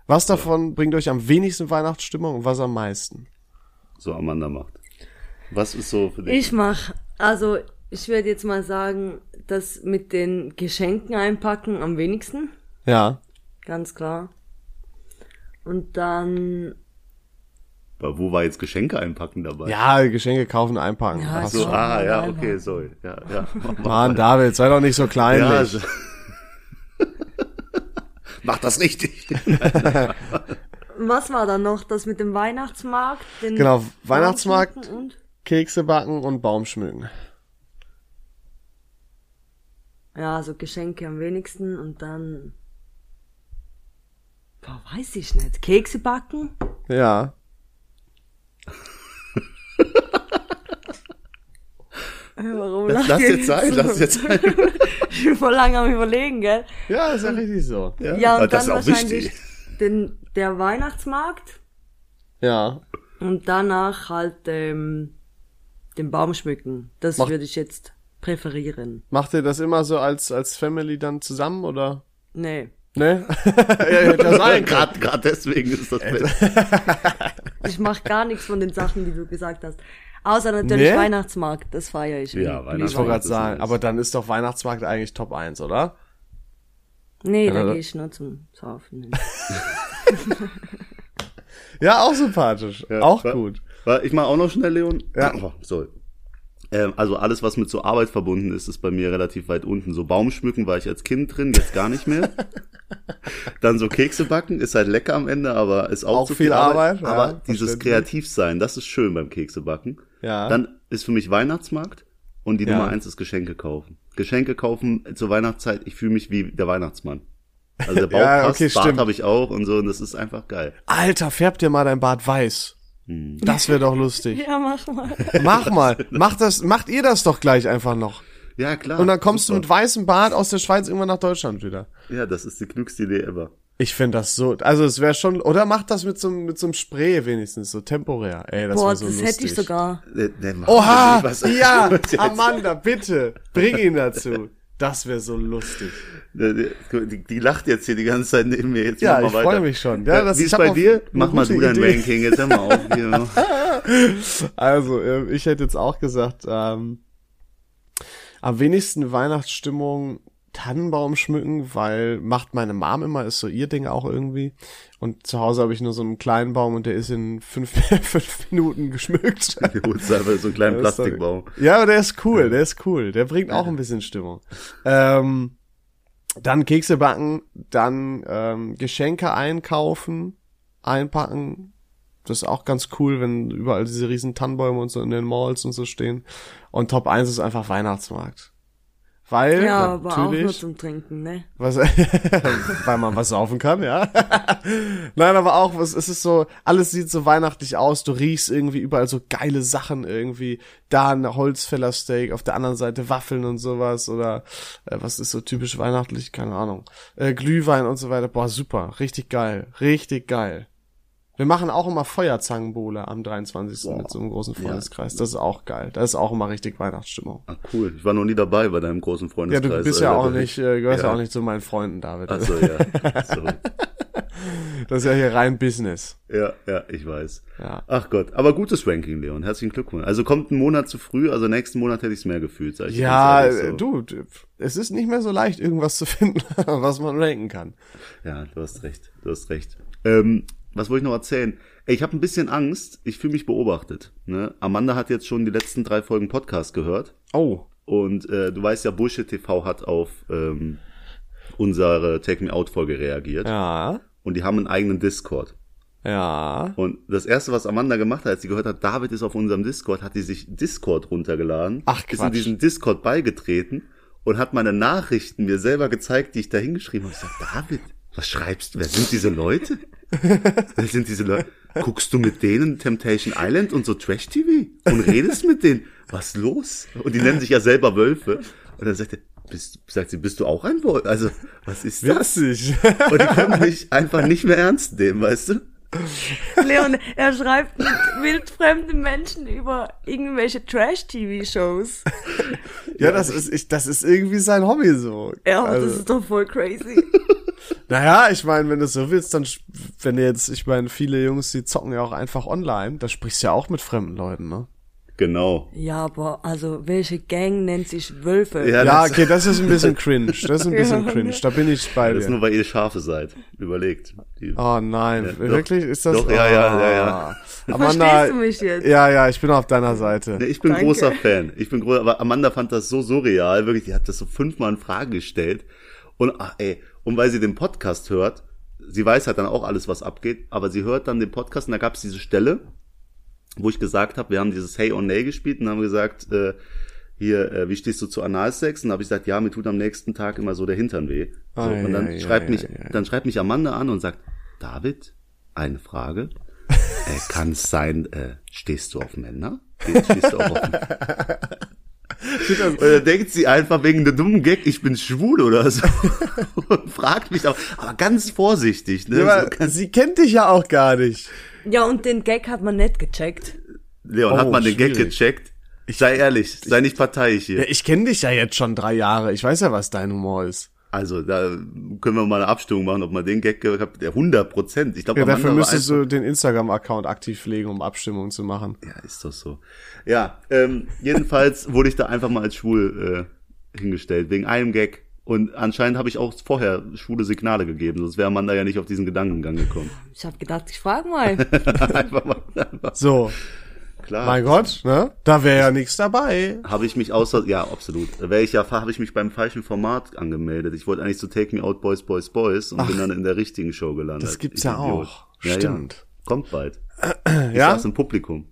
[SPEAKER 3] Was davon bringt euch am wenigsten Weihnachtsstimmung und was am meisten?
[SPEAKER 1] so Amanda macht. Was ist so für dich?
[SPEAKER 2] Ich mach, also ich würde jetzt mal sagen, das mit den Geschenken einpacken am wenigsten.
[SPEAKER 3] Ja.
[SPEAKER 2] Ganz klar. Und dann,
[SPEAKER 1] Aber Wo war jetzt Geschenke einpacken dabei?
[SPEAKER 3] Ja, Geschenke kaufen, einpacken.
[SPEAKER 2] Ja,
[SPEAKER 3] Passt
[SPEAKER 1] So,
[SPEAKER 3] schon.
[SPEAKER 1] ah, ja, okay, sorry. Ja, ja. Mach mal.
[SPEAKER 3] Mann, David, sei doch nicht so
[SPEAKER 1] ja.
[SPEAKER 3] kleinlich.
[SPEAKER 1] so- [LAUGHS] Mach das richtig.
[SPEAKER 2] was war dann noch? Das mit dem Weihnachtsmarkt? Den
[SPEAKER 3] Genau, Weihnachtsmarkt.
[SPEAKER 2] Baum schmücken Und?
[SPEAKER 3] Kekse backen und Baum schmücken.
[SPEAKER 2] Ja, also Geschenke am wenigsten und dann. Boah, weiß ich nicht. Kekse backen?
[SPEAKER 3] Ja.
[SPEAKER 2] Äh, Warum
[SPEAKER 1] Lass, lass
[SPEAKER 2] lacht ihr
[SPEAKER 1] jetzt sein, lass jetzt sein.
[SPEAKER 2] Ich bin [LAUGHS] voll lange am Überlegen, gell?
[SPEAKER 3] Ja, ist ja richtig so.
[SPEAKER 1] Ja,
[SPEAKER 2] Ja,
[SPEAKER 1] aber
[SPEAKER 2] und
[SPEAKER 1] das
[SPEAKER 2] dann
[SPEAKER 1] ist auch
[SPEAKER 2] wahrscheinlich
[SPEAKER 1] wichtig.
[SPEAKER 2] den, der Weihnachtsmarkt
[SPEAKER 3] Ja.
[SPEAKER 2] und danach halt ähm, den Baum schmücken. Das
[SPEAKER 3] Mach-
[SPEAKER 2] würde ich jetzt präferieren.
[SPEAKER 3] Macht ihr das immer so als, als Family dann zusammen oder?
[SPEAKER 2] Nee.
[SPEAKER 3] Ne? [LAUGHS] ja, hätte ja
[SPEAKER 1] [LAUGHS]
[SPEAKER 3] sein können.
[SPEAKER 1] Gerade grad deswegen ist das Beste.
[SPEAKER 2] Ich mache gar nichts von den Sachen, die du gesagt hast. Außer natürlich
[SPEAKER 3] Nee?
[SPEAKER 2] Weihnachtsmarkt, das feiere ich.
[SPEAKER 1] Ja,
[SPEAKER 2] Und
[SPEAKER 1] Weihnachtsmarkt.
[SPEAKER 3] Ich wollte gerade
[SPEAKER 1] Das
[SPEAKER 3] sagen,
[SPEAKER 1] ist-
[SPEAKER 3] aber dann ist doch Weihnachtsmarkt eigentlich Top 1, oder?
[SPEAKER 2] Glühwein. Nee,
[SPEAKER 3] Ja,
[SPEAKER 2] da
[SPEAKER 3] da-
[SPEAKER 2] gehe ich nur zum Saufen. hin. [LAUGHS]
[SPEAKER 3] Ja, auch sympathisch. auch
[SPEAKER 1] Wa-
[SPEAKER 3] gut.
[SPEAKER 1] wa- Ich mache auch noch schnell, Leon.
[SPEAKER 3] Ja.
[SPEAKER 1] Oh, sorry. Ähm, also alles, was mit so Arbeit verbunden ist, ist bei mir relativ weit unten. So Baumschmücken war ich als Kind drin, jetzt gar nicht
[SPEAKER 3] [LAUGHS]
[SPEAKER 1] mehr. Dann so Kekse backen, ist halt lecker am Ende, aber ist auch,
[SPEAKER 3] Auch
[SPEAKER 1] zu
[SPEAKER 3] viel
[SPEAKER 1] viel,
[SPEAKER 3] Arbeit, ja,
[SPEAKER 1] aber dieses
[SPEAKER 3] verständlich.
[SPEAKER 1] Kreativsein, das ist schön beim Keksebacken.
[SPEAKER 3] Ja.
[SPEAKER 1] Dann ist für mich Weihnachtsmarkt und die
[SPEAKER 3] Ja.
[SPEAKER 1] Nummer eins ist Geschenke kaufen. Geschenke kaufen zur Weihnachtszeit, ich fühle mich wie der Weihnachtsmann. Also der Bauch
[SPEAKER 3] [LAUGHS] Ja,
[SPEAKER 1] passt,
[SPEAKER 3] okay,
[SPEAKER 1] Bart
[SPEAKER 3] stimmt.
[SPEAKER 1] habe ich auch und so und das ist einfach geil.
[SPEAKER 3] Alter, färb dir mal dein Bart weiß.
[SPEAKER 1] Hm.
[SPEAKER 3] Das wäre doch lustig.
[SPEAKER 1] [LAUGHS]
[SPEAKER 2] ja, mach mal.
[SPEAKER 3] Mach mal. Macht das, macht ihr das doch gleich einfach noch.
[SPEAKER 1] Ja, klar.
[SPEAKER 3] Und dann kommst
[SPEAKER 1] Super.
[SPEAKER 3] du mit weißem Bart aus der Schweiz irgendwann nach Deutschland wieder.
[SPEAKER 1] Ja, das ist die klügste Idee ever.
[SPEAKER 3] Ich finde das so, also es wäre schon, oder mach das mit so, einem- mit so einem Spray wenigstens, so temporär. Ey, das
[SPEAKER 2] Boah,
[SPEAKER 3] wär so
[SPEAKER 2] das
[SPEAKER 3] lustig.
[SPEAKER 2] hätte ich sogar.
[SPEAKER 1] Nee, nee, mach
[SPEAKER 3] Oha,
[SPEAKER 1] nicht [LAUGHS] was.
[SPEAKER 3] [LAUGHS] ja,
[SPEAKER 1] Jetzt-
[SPEAKER 3] Amanda, bitte, bring ihn dazu. Das wäre so lustig.
[SPEAKER 1] Die, die lacht jetzt hier die ganze Zeit neben mir. Jetzt mach
[SPEAKER 3] Ja,
[SPEAKER 1] mal
[SPEAKER 3] ich
[SPEAKER 1] weiter.
[SPEAKER 3] freu mich schon. Ja, das-
[SPEAKER 1] Wie
[SPEAKER 3] ich
[SPEAKER 1] ist
[SPEAKER 3] hab
[SPEAKER 1] bei
[SPEAKER 3] auch
[SPEAKER 1] dir?
[SPEAKER 3] eine
[SPEAKER 1] Mach mal
[SPEAKER 3] gute
[SPEAKER 1] du dein
[SPEAKER 3] Idee.
[SPEAKER 1] Ranking. Jetzt hör mal
[SPEAKER 3] [LAUGHS]
[SPEAKER 1] auf. Hier.
[SPEAKER 3] Also, äh, ich hätte jetzt auch gesagt, ähm, am wenigsten Weihnachtsstimmung Tannenbaum schmücken, weil macht meine Mom immer, ist so ihr Ding auch irgendwie. Und zu Hause habe ich nur so einen kleinen Baum und der ist in fünf, [LAUGHS] fünf Minuten geschmückt.
[SPEAKER 1] Die holst du einfach so einen kleinen
[SPEAKER 3] Der ist dann-
[SPEAKER 1] Plastikbaum.
[SPEAKER 3] Ja, aber der ist cool, der ist cool. Der bringt auch ein bisschen Stimmung. Ähm, dann Kekse backen, dann ähm, Geschenke einkaufen, einpacken. Das ist auch ganz cool, wenn überall diese riesen Tannenbäume und so in den Malls und so stehen. Und Top 1 ist einfach Weihnachtsmarkt. Weil
[SPEAKER 2] Ja, aber auch nur
[SPEAKER 3] natürlich,
[SPEAKER 2] zum Trinken, ne? [LAUGHS]
[SPEAKER 3] was, [LAUGHS] weil man was saufen kann, ja. [LAUGHS] Nein, aber auch, was, es ist so, alles sieht so weihnachtlich aus, du riechst irgendwie überall so geile Sachen irgendwie, da ein Holzfällersteak, auf der anderen Seite Waffeln und sowas oder äh, was ist so typisch weihnachtlich, keine Ahnung, äh, Glühwein und so weiter, boah, super, richtig geil, richtig geil. Wir machen auch immer Feuerzangenbowle am 23. mit so einem großen Freundeskreis, das ist auch geil, das ist auch immer richtig Weihnachtsstimmung.
[SPEAKER 1] Ah, cool. Ich war noch nie dabei bei deinem großen
[SPEAKER 3] Ja,
[SPEAKER 1] Freundeskreis.
[SPEAKER 3] du bist ja
[SPEAKER 1] Also,
[SPEAKER 3] auch
[SPEAKER 1] da-
[SPEAKER 3] nicht, äh, gehörst ja.
[SPEAKER 1] Ja. Also,
[SPEAKER 3] auch nicht zu meinen Freunden, David.
[SPEAKER 1] Ach so,
[SPEAKER 3] [LAUGHS]
[SPEAKER 1] ja. So.
[SPEAKER 3] Das ist ja hier rein Business.
[SPEAKER 1] Ja, ja, ich weiß.
[SPEAKER 3] Ja.
[SPEAKER 1] Ach Gott, aber gutes Ranking, Leon. Herzlichen Glückwunsch. Also kommt ein Monat zu früh, also nächsten Monat hätte ich es mehr gefühlt. Sag ich dir
[SPEAKER 3] Ja,
[SPEAKER 1] ganz ehrlich,
[SPEAKER 3] äh, du, d- es ist nicht mehr so leicht, irgendwas zu [LAUGHS] finden, was man ranken kann.
[SPEAKER 1] Ja, du hast recht. Du hast recht. Ähm, was wollte ich noch erzählen? Ey, ich habe ein bisschen Angst. Ich fühle mich beobachtet. Ne? Amanda hat jetzt schon die letzten drei Folgen Podcast gehört.
[SPEAKER 3] Oh.
[SPEAKER 1] Und äh, du weißt ja, Bullshit TV hat auf ähm, unsere Take Me Out Folge reagiert.
[SPEAKER 3] Ja,
[SPEAKER 1] Und die haben einen eigenen Discord.
[SPEAKER 3] ja.
[SPEAKER 1] Und das erste, was Amanda gemacht hat, als sie gehört hat, David ist auf unserem Discord, hat die sich Discord runtergeladen.
[SPEAKER 3] Ach,
[SPEAKER 1] Ist in
[SPEAKER 3] Quatsch.
[SPEAKER 1] diesen Discord beigetreten und hat meine Nachrichten mir selber gezeigt, die ich da hingeschrieben habe. Ich sag, David, was schreibst du? Wer sind diese
[SPEAKER 3] [LAUGHS]
[SPEAKER 1] Leute? Wer sind diese Leute? Guckst du mit denen Temptation Island und so Trash-TV und redest mit denen? Was los? Und die nennen sich ja selber Wölfe. Und dann sagt, er, bist, sagt sie, bist du auch ein Wolf? Also, was ist das?
[SPEAKER 3] Witzig.
[SPEAKER 1] Und die können mich einfach nicht mehr ernst nehmen, weißt du?
[SPEAKER 2] Leon, er schreibt [LAUGHS] mit wildfremden Menschen über irgendwelche Trash-TV-Shows.
[SPEAKER 3] [LAUGHS] Ja, das ist, ich, das ist irgendwie sein Hobby so.
[SPEAKER 2] Ja,
[SPEAKER 3] Also,
[SPEAKER 2] das ist doch voll
[SPEAKER 3] [LAUGHS]
[SPEAKER 2] crazy.
[SPEAKER 3] naja, ich meine, wenn du es so willst, dann, sp- wenn du jetzt, ich meine, viele Jungs, die zocken ja auch einfach online, da sprichst du ja auch mit fremden Leuten, ne?
[SPEAKER 1] Genau.
[SPEAKER 2] Ja, aber also welche Gang nennt sich Wölfe?
[SPEAKER 1] Ja,
[SPEAKER 3] Ja,
[SPEAKER 1] das-
[SPEAKER 3] okay, das ist ein bisschen cringe, das ist ein bisschen
[SPEAKER 2] Ja.
[SPEAKER 3] cringe, da bin ich bei
[SPEAKER 1] Das ist
[SPEAKER 3] dir.
[SPEAKER 1] nur, weil ihr Schafe seid. Überlegt. Die,
[SPEAKER 3] Oh nein,
[SPEAKER 1] doch,
[SPEAKER 3] wirklich? Ist das?
[SPEAKER 1] doch, ja, ja, ja,
[SPEAKER 3] Ah.
[SPEAKER 1] ja.
[SPEAKER 3] Amanda,
[SPEAKER 2] Verstehst du mich jetzt?
[SPEAKER 3] Ja, ja, ich bin auf deiner Seite.
[SPEAKER 1] Nee, ich bin
[SPEAKER 2] Danke.
[SPEAKER 1] großer Fan. Ich bin großer, aber Amanda fand das so surreal, wirklich. Die hat das so fünfmal in Frage gestellt. Und, ach, ey, und weil sie den Podcast hört, sie weiß halt dann auch alles, was abgeht, aber sie hört dann den Podcast und da gab es diese Stelle, wo ich gesagt habe, wir haben dieses Hey or Nay gespielt und haben gesagt, äh, hier, äh, wie stehst du zu Analsex? Und habe ich gesagt, ja, mir tut am nächsten Tag immer so der Hintern weh. So,
[SPEAKER 3] Ei,
[SPEAKER 1] und dann
[SPEAKER 3] ei,
[SPEAKER 1] schreibt
[SPEAKER 3] ei,
[SPEAKER 1] mich,
[SPEAKER 3] ei, ei.
[SPEAKER 1] dann schreibt mich Amanda an und sagt, David, eine Frage. Äh, Kann es sein, äh, stehst du auf Männer? Stehst du auch auf [LAUGHS] und dann denkt sie einfach wegen der dummen Gag, ich bin schwul oder so. Und fragt mich auch, aber ganz vorsichtig, ne?
[SPEAKER 3] Ja,
[SPEAKER 1] so
[SPEAKER 3] aber
[SPEAKER 1] ganz,
[SPEAKER 3] sie kennt dich ja auch gar nicht.
[SPEAKER 2] Ja, und den Gag hat man nicht gecheckt.
[SPEAKER 1] Leon, hat
[SPEAKER 3] Oh,
[SPEAKER 1] man den Gag
[SPEAKER 3] schwierig.
[SPEAKER 1] gecheckt? sei ehrlich, sei nicht parteiisch hier.
[SPEAKER 3] Ja, ich kenne dich ja jetzt schon drei Jahre. Ich weiß ja, was dein Humor ist.
[SPEAKER 1] Also, da können wir mal eine Abstimmung machen, ob man den Gag gehabt hat. Ja, 100 Prozent. Ich glaube,
[SPEAKER 3] Ja,
[SPEAKER 1] Amanda
[SPEAKER 3] dafür
[SPEAKER 1] war
[SPEAKER 3] müsstest
[SPEAKER 1] einfach-
[SPEAKER 3] du den Instagram-Account aktiv pflegen, um Abstimmungen zu machen.
[SPEAKER 1] Ja, ist doch so. Ja, ähm,
[SPEAKER 3] [LAUGHS]
[SPEAKER 1] jedenfalls wurde ich da einfach mal als schwul äh, hingestellt, wegen einem Gag. Und anscheinend habe ich auch vorher schwule Signale gegeben, sonst wäre man da ja nicht auf diesen Gedankengang
[SPEAKER 3] [LAUGHS]
[SPEAKER 1] gekommen.
[SPEAKER 2] Ich habe gedacht, ich frage mal.
[SPEAKER 1] einfach mal, einfach.
[SPEAKER 3] So,
[SPEAKER 1] [LAUGHS] Klar.
[SPEAKER 3] mein Gott, ne? Da wäre ja nichts dabei.
[SPEAKER 1] Habe ich mich außer, ja, absolut. Da Wäre ich ja, habe ich mich beim falschen Format angemeldet. Ich wollte eigentlich zu Take Me Out Boys, Boys, Boys und bin dann in der richtigen Show gelandet.
[SPEAKER 3] das gibt's
[SPEAKER 1] Ich
[SPEAKER 3] ja
[SPEAKER 1] Idiot.
[SPEAKER 3] auch. Stimmt.
[SPEAKER 1] Ja. Kommt
[SPEAKER 3] [CLEARS THROAT]
[SPEAKER 1] bald. Ich
[SPEAKER 3] Ja?
[SPEAKER 1] saß im Publikum.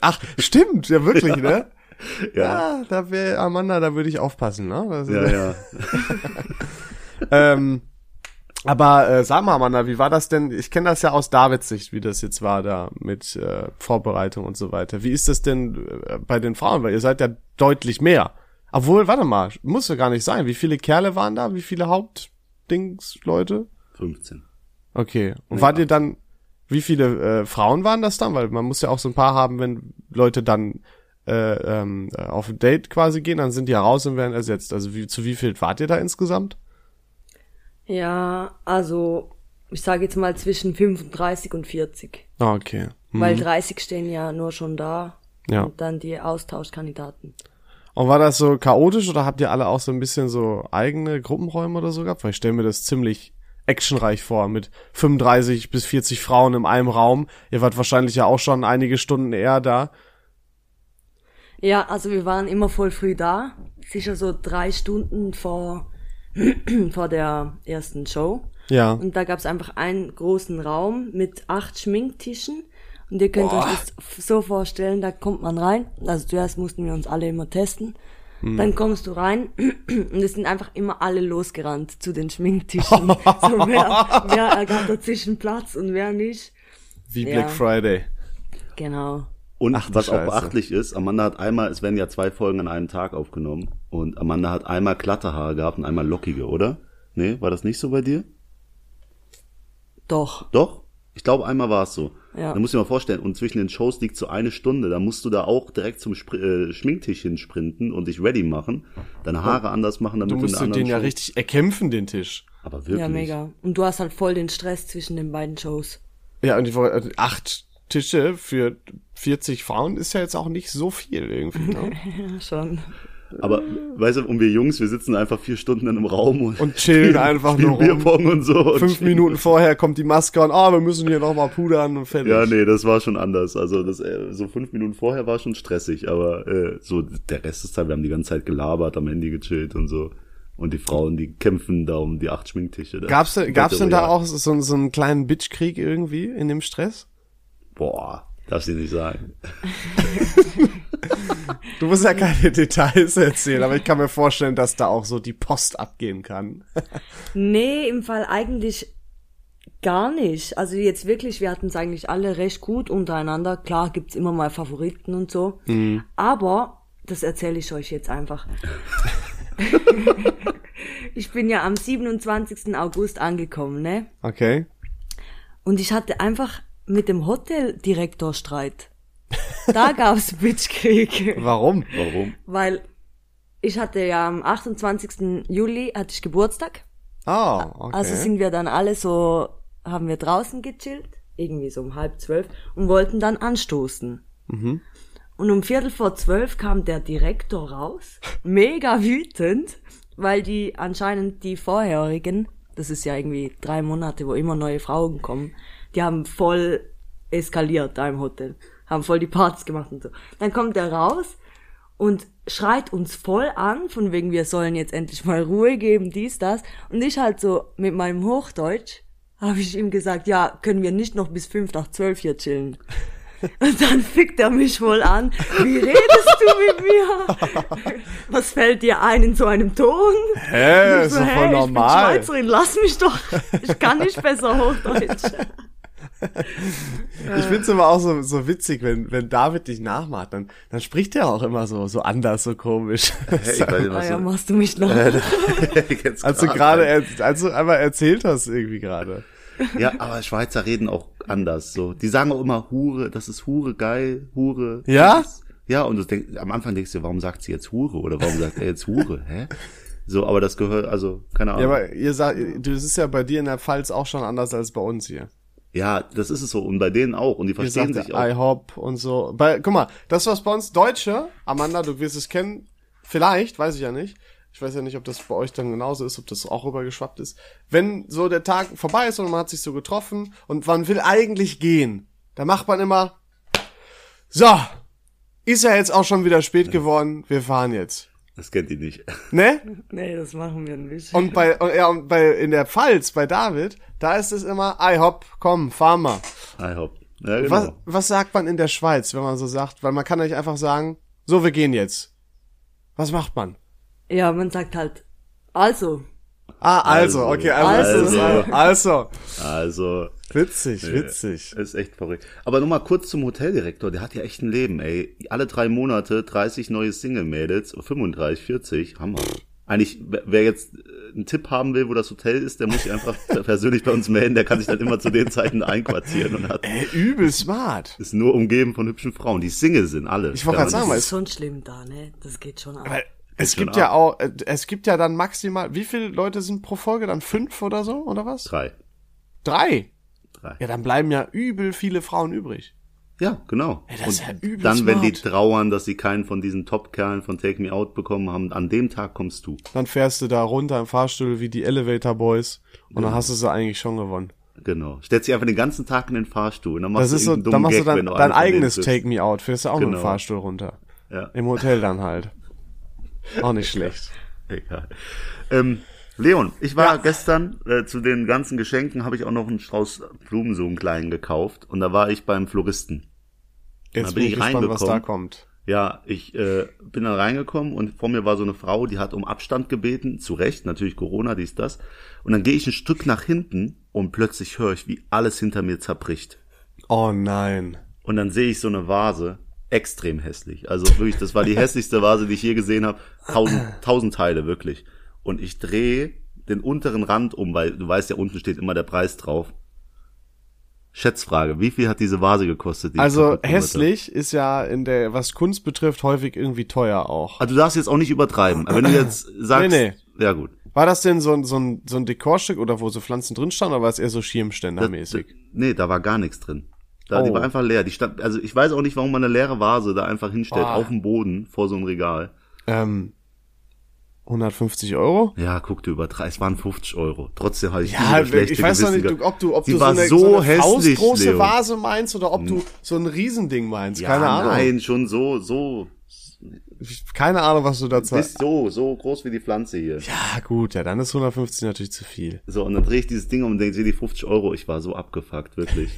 [SPEAKER 3] Ach, stimmt, ja wirklich, ne?
[SPEAKER 1] Ja,
[SPEAKER 3] [LAUGHS] Ja, da wäre Amanda, da würde ich aufpassen, ne? Das-
[SPEAKER 1] ja, ja.
[SPEAKER 3] Ähm, aber äh, sag mal, Amanda, wie war das denn? Ich kenne das ja aus Davids Sicht, wie das jetzt war da mit äh, Vorbereitung und so weiter. Wie ist das denn äh, bei den Frauen? Weil ihr seid ja deutlich mehr. Obwohl, warte mal, muss ja gar nicht sein. Wie viele Kerle waren da? Wie viele Hauptdingsleute?
[SPEAKER 1] 15.
[SPEAKER 3] Okay. Und
[SPEAKER 1] Nee,
[SPEAKER 3] wart ihr
[SPEAKER 1] acht.
[SPEAKER 3] dann, wie viele äh, Frauen waren das dann? Weil man muss ja auch so ein paar haben, wenn Leute dann äh, ähm, äh, auf ein Date quasi gehen, dann sind die ja raus und werden ersetzt. Also wie, zu wie viel wart ihr da insgesamt?
[SPEAKER 2] Ja, also ich sage jetzt mal zwischen 35 und 40.
[SPEAKER 3] Ah, Okay. Hm.
[SPEAKER 2] Weil 30 stehen ja nur schon da.
[SPEAKER 3] Ja.
[SPEAKER 2] Und dann die Austauschkandidaten.
[SPEAKER 3] Und war das so chaotisch oder habt ihr alle auch so ein bisschen so eigene Gruppenräume oder so gehabt? Weil ich stelle mir das ziemlich actionreich vor mit 35 bis 40 Frauen in einem Raum. Ihr wart wahrscheinlich ja auch schon einige Stunden eher da.
[SPEAKER 2] Ja, also wir waren immer voll früh da. Sicher so drei Stunden vor, [CLEARS THROAT] vor der ersten Show.
[SPEAKER 3] Ja.
[SPEAKER 2] Und da gab's einfach einen großen Raum mit acht Schminktischen. Und ihr könnt euch das so vorstellen, da kommt man rein. Also zuerst mussten wir uns alle immer testen. Dann kommst du rein [CLEARS THROAT] und es sind einfach immer alle losgerannt zu den Schminktischen. so, wer, wer ergab dazwischen Platz und wer nicht.
[SPEAKER 3] Wie
[SPEAKER 2] Ja.
[SPEAKER 3] Black Friday.
[SPEAKER 2] Genau.
[SPEAKER 1] Und
[SPEAKER 3] Ach, du
[SPEAKER 1] was auch
[SPEAKER 3] Scheiße.
[SPEAKER 1] beachtlich ist, Amanda hat einmal, es werden ja zwei Folgen an einem Tag aufgenommen und Amanda hat einmal glatte Haare gehabt und einmal lockige, oder? Nee, war das nicht so bei dir?
[SPEAKER 2] Doch.
[SPEAKER 1] Doch? Ich glaube, einmal war es so.
[SPEAKER 2] Ja.
[SPEAKER 1] Da muss ich mal vorstellen, und zwischen den Shows liegt so eine Stunde, da musst du da auch direkt zum Spr äh, Schminktisch hinsprinten und dich ready machen, deine Haare anders machen, damit
[SPEAKER 3] Du
[SPEAKER 1] du, in
[SPEAKER 3] musst
[SPEAKER 1] der
[SPEAKER 3] dir
[SPEAKER 1] anderen
[SPEAKER 3] den ja
[SPEAKER 1] Show-
[SPEAKER 3] richtig erkämpfen, den Tisch.
[SPEAKER 1] Aber wirklich.
[SPEAKER 2] Ja, mega. Und du hast halt voll den Stress zwischen den beiden Shows.
[SPEAKER 3] Ja, und die wollen- äh, acht Tische für 40 Frauen ist ja jetzt auch nicht so viel irgendwie. Ne?
[SPEAKER 2] [LAUGHS] Ja, schon.
[SPEAKER 1] Aber weißt du, und wir Jungs, wir sitzen einfach vier Stunden in einem Raum und,
[SPEAKER 3] Und chillen einfach
[SPEAKER 1] spielen
[SPEAKER 3] nur rum.
[SPEAKER 1] Bierpong und so. und
[SPEAKER 3] [LAUGHS] Fünf
[SPEAKER 1] chillen.
[SPEAKER 3] Minuten vorher kommt die Maske und ah, wir müssen hier nochmal pudern und fertig.
[SPEAKER 1] Ja, nee, das war schon anders. Also das, äh, so fünf Minuten vorher war schon stressig, aber äh, so der Rest ist Zeit, wir haben die ganze Zeit gelabert, am Handy gechillt und so. Und die Frauen, die kämpfen da um die acht Schminktische. Das
[SPEAKER 3] Gab's, denn- gab's denn da
[SPEAKER 1] Battle
[SPEAKER 3] auch so, so einen kleinen Bitchkrieg irgendwie in dem Stress?
[SPEAKER 1] Royale. Boah, darfst du nicht sagen.
[SPEAKER 3] Du musst ja keine [LAUGHS] Details erzählen, aber ich kann mir vorstellen, dass da auch so die Post abgehen kann.
[SPEAKER 2] Nee, im Fall eigentlich gar nicht. Also jetzt wirklich, wir hatten es eigentlich alle recht gut untereinander. Klar gibt's immer mal Favoriten und so. Aber das erzähle ich euch jetzt [LAUGHS] einfach. ich bin ja am 27. August angekommen, ne?
[SPEAKER 3] Okay.
[SPEAKER 2] Und ich hatte einfach mit dem Hoteldirektor Streit. Da gab's Bitchkrieg.
[SPEAKER 3] Warum?
[SPEAKER 1] Warum?
[SPEAKER 2] Weil ich hatte ja am 28. Juli hatte ich Geburtstag.
[SPEAKER 3] Ah, okay.
[SPEAKER 2] Also sind wir dann alle so, haben wir draußen gechillt, irgendwie so um halb zwölf und wollten dann anstoßen. Und um Viertel vor zwölf kam der Direktor raus, mega wütend, weil die anscheinend die vorherigen, das ist ja irgendwie drei Monate, wo immer neue Frauen kommen, die haben voll eskaliert da im Hotel, haben voll die Partys gemacht und so. Dann kommt er raus und schreit uns voll an, von wegen wir sollen jetzt endlich mal Ruhe geben, dies, das. Und ich halt so mit meinem Hochdeutsch habe ich ihm gesagt, ja, können wir nicht noch bis fünf nach zwölf hier chillen.
[SPEAKER 3] [LAUGHS]
[SPEAKER 2] Und dann fickt er mich wohl an. Wie redest du mit
[SPEAKER 3] [LAUGHS]
[SPEAKER 2] mir? Was fällt dir ein in so einem Ton?
[SPEAKER 3] Hä,
[SPEAKER 2] Ich
[SPEAKER 3] ist
[SPEAKER 2] so,
[SPEAKER 3] doch
[SPEAKER 2] "Hä,
[SPEAKER 3] voll
[SPEAKER 2] Ich
[SPEAKER 3] normal.
[SPEAKER 2] bin Schweizerin, lass mich doch. Ich kann nicht besser
[SPEAKER 3] [LAUGHS]
[SPEAKER 2] Hochdeutsch. Ah
[SPEAKER 3] Ich find's immer auch so, so witzig, wenn, wenn David dich nachmacht, dann, dann spricht er auch immer so, so anders, so
[SPEAKER 1] [LAUGHS]
[SPEAKER 3] komisch.
[SPEAKER 1] [LAUGHS] Hey, ich weiß nicht, was
[SPEAKER 2] Ah ja,
[SPEAKER 3] Also-
[SPEAKER 1] du-
[SPEAKER 2] machst du mich
[SPEAKER 3] [LAUGHS]
[SPEAKER 2] noch.
[SPEAKER 1] Jetzt
[SPEAKER 3] Als du gerade, er- als du einmal erzählt hast, irgendwie gerade.
[SPEAKER 1] Ja, aber Schweizer reden auch anders. So, die sagen auch immer Hure, das ist Hure geil, Hure.
[SPEAKER 3] Ja?
[SPEAKER 1] Das ist- Ja, und du denkst, am Anfang denkst du, warum sagt sie jetzt Hure oder warum sagt er jetzt Hure? Hä? So, aber das gehört, also keine Ahnung.
[SPEAKER 3] Ja, aber ihr sagt, du, es ist ja bei dir in der Pfalz auch schon anders als bei uns hier.
[SPEAKER 1] Ja, das ist es so. Und bei denen auch. Und die
[SPEAKER 3] Ihr
[SPEAKER 1] verstehen
[SPEAKER 3] sagt
[SPEAKER 1] sich
[SPEAKER 3] ja
[SPEAKER 1] auch.
[SPEAKER 3] IHOP und so. Bei, guck mal, das was bei uns Deutsche, Amanda, du wirst es kennen, vielleicht, weiß ich ja nicht. Ich weiß ja nicht, ob das bei euch dann genauso ist, ob das auch rübergeschwappt ist. Wenn so der Tag vorbei ist und man hat sich so getroffen und man will eigentlich gehen, da macht man immer, so, ist ja jetzt auch schon wieder spät geworden, wir fahren jetzt.
[SPEAKER 1] Das kennt die nicht. [LAUGHS]
[SPEAKER 3] Ne?
[SPEAKER 2] Nee, das machen wir nicht.
[SPEAKER 3] Und bei, und, ja, und bei, in der Pfalz, bei David, da ist es immer, IHOP, komm, fahren wir.
[SPEAKER 1] I hope. Ja, genau.
[SPEAKER 3] Was, was sagt man in der Schweiz, wenn man so sagt? Weil man kann nicht einfach sagen, so, wir gehen jetzt. Was macht man?
[SPEAKER 2] Ja, man sagt halt, also,
[SPEAKER 3] Ah, also, okay, also, also, also.
[SPEAKER 1] also
[SPEAKER 3] Witzig, witzig.
[SPEAKER 1] Ist echt verrückt. Aber nochmal kurz zum Hoteldirektor, der hat ja echt ein Leben, ey. Alle drei Monate 30 neue Single-Mädels, 35, 40, Hammer. Eigentlich, wer jetzt äh, einen Tipp haben will, wo das Hotel ist, der muss sich
[SPEAKER 3] [LAUGHS]
[SPEAKER 1] einfach persönlich bei uns melden, der kann sich dann immer zu den Zeiten einquartieren und hat,
[SPEAKER 3] Ey, übel smart.
[SPEAKER 1] ist nur umgeben von hübschen Frauen, die Single sind, alle.
[SPEAKER 3] Ich wollte gerade
[SPEAKER 1] Ja,
[SPEAKER 3] sagen,
[SPEAKER 1] und
[SPEAKER 3] weil
[SPEAKER 2] Das
[SPEAKER 3] es,
[SPEAKER 2] ist schon schlimm da, ne? Das geht schon ab.
[SPEAKER 3] weil es
[SPEAKER 1] schon
[SPEAKER 3] gibt ja auch, äh, es gibt ja dann maximal, wie viele Leute sind pro Folge dann? Fünf oder so, oder was?
[SPEAKER 1] Drei.
[SPEAKER 3] Drei.
[SPEAKER 1] Drei.
[SPEAKER 3] Ja, dann bleiben ja übel viele Frauen übrig.
[SPEAKER 1] Ja, genau.
[SPEAKER 3] Ey, das ist ja übel
[SPEAKER 1] dann, wenn die
[SPEAKER 3] smart.
[SPEAKER 1] trauern, dass sie keinen von diesen Top-Kerlen von Take Me Out bekommen haben, an dem Tag kommst du.
[SPEAKER 3] Dann fährst du da runter im Fahrstuhl wie die Elevator Boys und dann hast du sie eigentlich schon gewonnen.
[SPEAKER 1] Genau. Stellst dich einfach den ganzen Tag in den Fahrstuhl. Und dann machst
[SPEAKER 3] Das ist
[SPEAKER 1] du
[SPEAKER 3] so,
[SPEAKER 1] irgendeinen
[SPEAKER 3] dann machst
[SPEAKER 1] dummen
[SPEAKER 3] du dann
[SPEAKER 1] Gag, wenn
[SPEAKER 3] dein
[SPEAKER 1] einer von denen
[SPEAKER 3] eigenes
[SPEAKER 1] triffst.
[SPEAKER 3] Take Me Out, fährst du auch mit dem
[SPEAKER 1] Genau.
[SPEAKER 3] Fahrstuhl runter.
[SPEAKER 1] Ja.
[SPEAKER 3] Im Hotel
[SPEAKER 1] [LAUGHS]
[SPEAKER 3] dann halt. Auch nicht schlecht.
[SPEAKER 1] Egal. Ähm, Leon, ich war gestern äh, zu den ganzen Geschenken, habe ich auch noch einen Strauß Blumen so einen kleinen gekauft und da war ich beim Floristen.
[SPEAKER 3] Jetzt
[SPEAKER 1] Dann
[SPEAKER 3] bin
[SPEAKER 1] bin
[SPEAKER 3] ich
[SPEAKER 1] ich
[SPEAKER 3] gespannt, was da
[SPEAKER 1] reingekommen.
[SPEAKER 3] kommt.
[SPEAKER 1] Ja, ich äh, bin da reingekommen und vor mir war so eine Frau, die hat um Abstand gebeten, zu Recht, natürlich Corona, dies, das. Und dann gehe ich ein Stück nach hinten und plötzlich höre ich, wie alles hinter mir zerbricht.
[SPEAKER 3] Oh nein.
[SPEAKER 1] Und dann sehe ich so eine Vase, extrem hässlich. Also wirklich, das
[SPEAKER 3] [LAUGHS]
[SPEAKER 1] war die hässlichste Vase, die ich je gesehen habe. Tausend, tausend Teile, wirklich. Und ich drehe den unteren Rand um, weil du weißt ja, unten steht immer der Preis drauf. Schätzfrage, wie viel hat diese Vase gekostet? die ich
[SPEAKER 3] Also
[SPEAKER 1] kaputt gemacht habe?
[SPEAKER 3] hässlich ist ja in der, was Kunst betrifft, häufig irgendwie teuer auch.
[SPEAKER 1] Also du darfst jetzt auch nicht übertreiben. Aber wenn du jetzt sagst,
[SPEAKER 3] [LAUGHS] Nee,
[SPEAKER 1] ja gut.
[SPEAKER 3] War das denn so ein, so ein, so ein Dekorstück oder wo so Pflanzen drin standen oder war es eher so Schirmständermäßig?
[SPEAKER 1] Nee, da war gar nichts drin. Da, Die
[SPEAKER 3] Oh.
[SPEAKER 1] war einfach leer. Die stand, also ich weiß auch nicht, warum man eine leere Vase da einfach hinstellt,
[SPEAKER 3] Ah.
[SPEAKER 1] auf dem Boden, vor so einem Regal.
[SPEAKER 3] Ähm, 150 Euro?
[SPEAKER 1] Ja, guck, du übertreibst. Es waren 50 Euro. Trotzdem hatte ich
[SPEAKER 3] Ja,
[SPEAKER 1] übel schlechte
[SPEAKER 3] ich weiß noch
[SPEAKER 1] Gewissen
[SPEAKER 3] nicht,
[SPEAKER 1] gehabt.
[SPEAKER 3] du- ob du, ob
[SPEAKER 1] Die
[SPEAKER 3] du so
[SPEAKER 1] war
[SPEAKER 3] eine,
[SPEAKER 1] so
[SPEAKER 3] so eine
[SPEAKER 1] hässlich,
[SPEAKER 3] faustgroße
[SPEAKER 1] Leon.
[SPEAKER 3] Vase meinst oder ob du so ein Riesending meinst.
[SPEAKER 1] ja,
[SPEAKER 3] keine Ahnung.
[SPEAKER 1] Nein, schon so, so,
[SPEAKER 3] Ich- Keine Ahnung, was du da zahlst.
[SPEAKER 1] bist so, so groß wie die Pflanze hier.
[SPEAKER 3] Ja, gut, ja, dann ist 150 natürlich zu [LAUGHS] viel.
[SPEAKER 1] So, und dann drehe ich dieses Ding um und denke, sehe die 50 Euro. Ich war so abgefuckt,
[SPEAKER 3] [LAUGHS]
[SPEAKER 1] wirklich.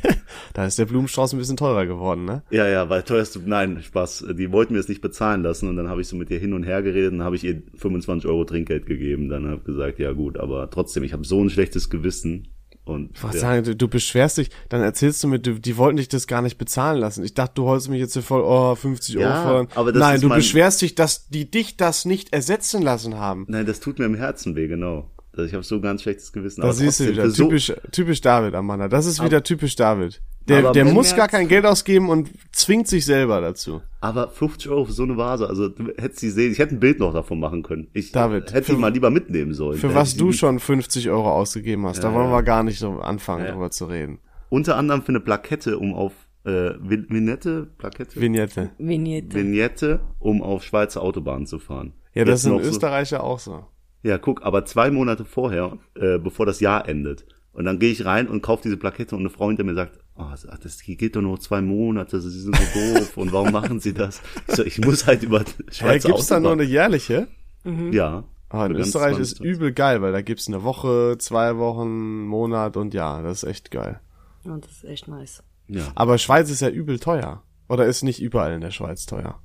[SPEAKER 3] Da ist der Blumenstrauß ein bisschen teurer geworden, ne?
[SPEAKER 1] Ja, ja, weil teuerste, nein, Spaß. Die wollten mir es nicht bezahlen lassen und dann habe ich so mit ihr hin und her geredet und dann habe ich ihr 25 Euro Trinkgeld gegeben. Dann habe ich gesagt, ja gut, aber trotzdem, ich habe so ein schlechtes Gewissen und
[SPEAKER 3] Was
[SPEAKER 1] ja,
[SPEAKER 3] sagen, du, du beschwerst dich, dann erzählst du mir, du, die wollten dich das gar nicht bezahlen lassen. Ich dachte, du holst mich jetzt hier voll, oh, 50 Euro
[SPEAKER 1] Ja,
[SPEAKER 3] fordern.
[SPEAKER 1] aber das
[SPEAKER 3] Nein,
[SPEAKER 1] ist
[SPEAKER 3] du
[SPEAKER 1] mein-
[SPEAKER 3] beschwerst dich, dass die dich das nicht ersetzen lassen haben.
[SPEAKER 1] nein, das tut mir im Herzen weh, genau. Also ich habe so ein ganz schlechtes Gewissen.
[SPEAKER 3] Da siehst du
[SPEAKER 1] trotzdem,
[SPEAKER 3] wieder,
[SPEAKER 1] für so,
[SPEAKER 3] typisch, typisch David, Amanda. Das ist wieder typisch David. Der,
[SPEAKER 1] Aber
[SPEAKER 3] der
[SPEAKER 1] wenn
[SPEAKER 3] muss
[SPEAKER 1] wir-
[SPEAKER 3] gar kein Geld ausgeben und zwingt sich selber dazu.
[SPEAKER 1] aber 50 Euro für so eine Vase, also du hättest sie sehen, ich hätte ein Bild noch davon machen können. Ich
[SPEAKER 3] David,
[SPEAKER 1] hätte
[SPEAKER 3] für-
[SPEAKER 1] die mal lieber mitnehmen sollen.
[SPEAKER 3] Für
[SPEAKER 1] Da hätte
[SPEAKER 3] was
[SPEAKER 1] ich
[SPEAKER 3] du
[SPEAKER 1] die-
[SPEAKER 3] schon 50 Euro ausgegeben hast. da wollen wir gar nicht so anfangen, drüber zu reden.
[SPEAKER 1] Unter anderem für eine Plakette, um auf äh, Vin- Vignette, Plakette,
[SPEAKER 3] Vignette.
[SPEAKER 2] Vignette.
[SPEAKER 1] Vignette, um auf Schweizer Autobahnen zu fahren.
[SPEAKER 3] Ja, das
[SPEAKER 1] Jetzt
[SPEAKER 3] ist in
[SPEAKER 1] noch so-
[SPEAKER 3] Österreich ja auch so.
[SPEAKER 1] Ja, guck, aber zwei Monate vorher, äh, bevor das Jahr endet. Und dann gehe ich rein und kaufe diese Plakette und eine Frau hinter mir sagt, oh, das geht doch nur zwei Monate, sie sind so doof und warum machen sie das? Ich, so, ich muss halt über
[SPEAKER 3] Hey,
[SPEAKER 1] Schweizer
[SPEAKER 3] gibt's da nur eine
[SPEAKER 1] Autobahn.
[SPEAKER 3] jährliche?
[SPEAKER 1] Ja.
[SPEAKER 3] Aber Ah, in
[SPEAKER 1] Für ganz
[SPEAKER 3] Österreich ist
[SPEAKER 1] 20.
[SPEAKER 3] übel geil, weil da gibt's eine Woche, zwei Wochen, Monat und Jahr. Das ist echt geil.
[SPEAKER 2] Ja, das ist echt nice.
[SPEAKER 1] Ja.
[SPEAKER 3] Aber Schweiz ist ja übel teuer. Oder ist nicht überall in der Schweiz teuer.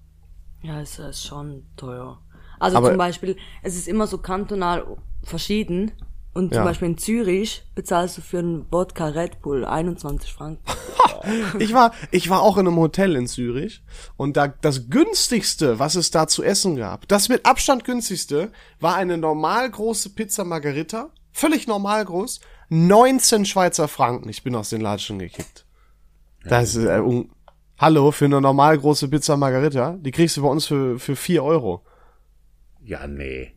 [SPEAKER 2] Ja, es ist schon teuer. Also
[SPEAKER 3] Aber-
[SPEAKER 2] zum Beispiel, es ist immer so kantonal verschieden. Und zum
[SPEAKER 3] Ja.
[SPEAKER 2] Beispiel in Zürich bezahlst du für einen Wodka Red Bull 21 Franken.
[SPEAKER 3] [LAUGHS] Ich war, ich war auch in einem Hotel in Zürich und da das günstigste, was es da zu essen gab, das mit Abstand günstigste, war eine normal große Pizza Margarita, völlig normal groß, 19 Schweizer Franken. Ich bin aus den Latschen gekippt. Das ist äh, un Hallo für eine normal große Pizza Margarita, die kriegst du bei uns für für 4 Euro.
[SPEAKER 1] ja, nee.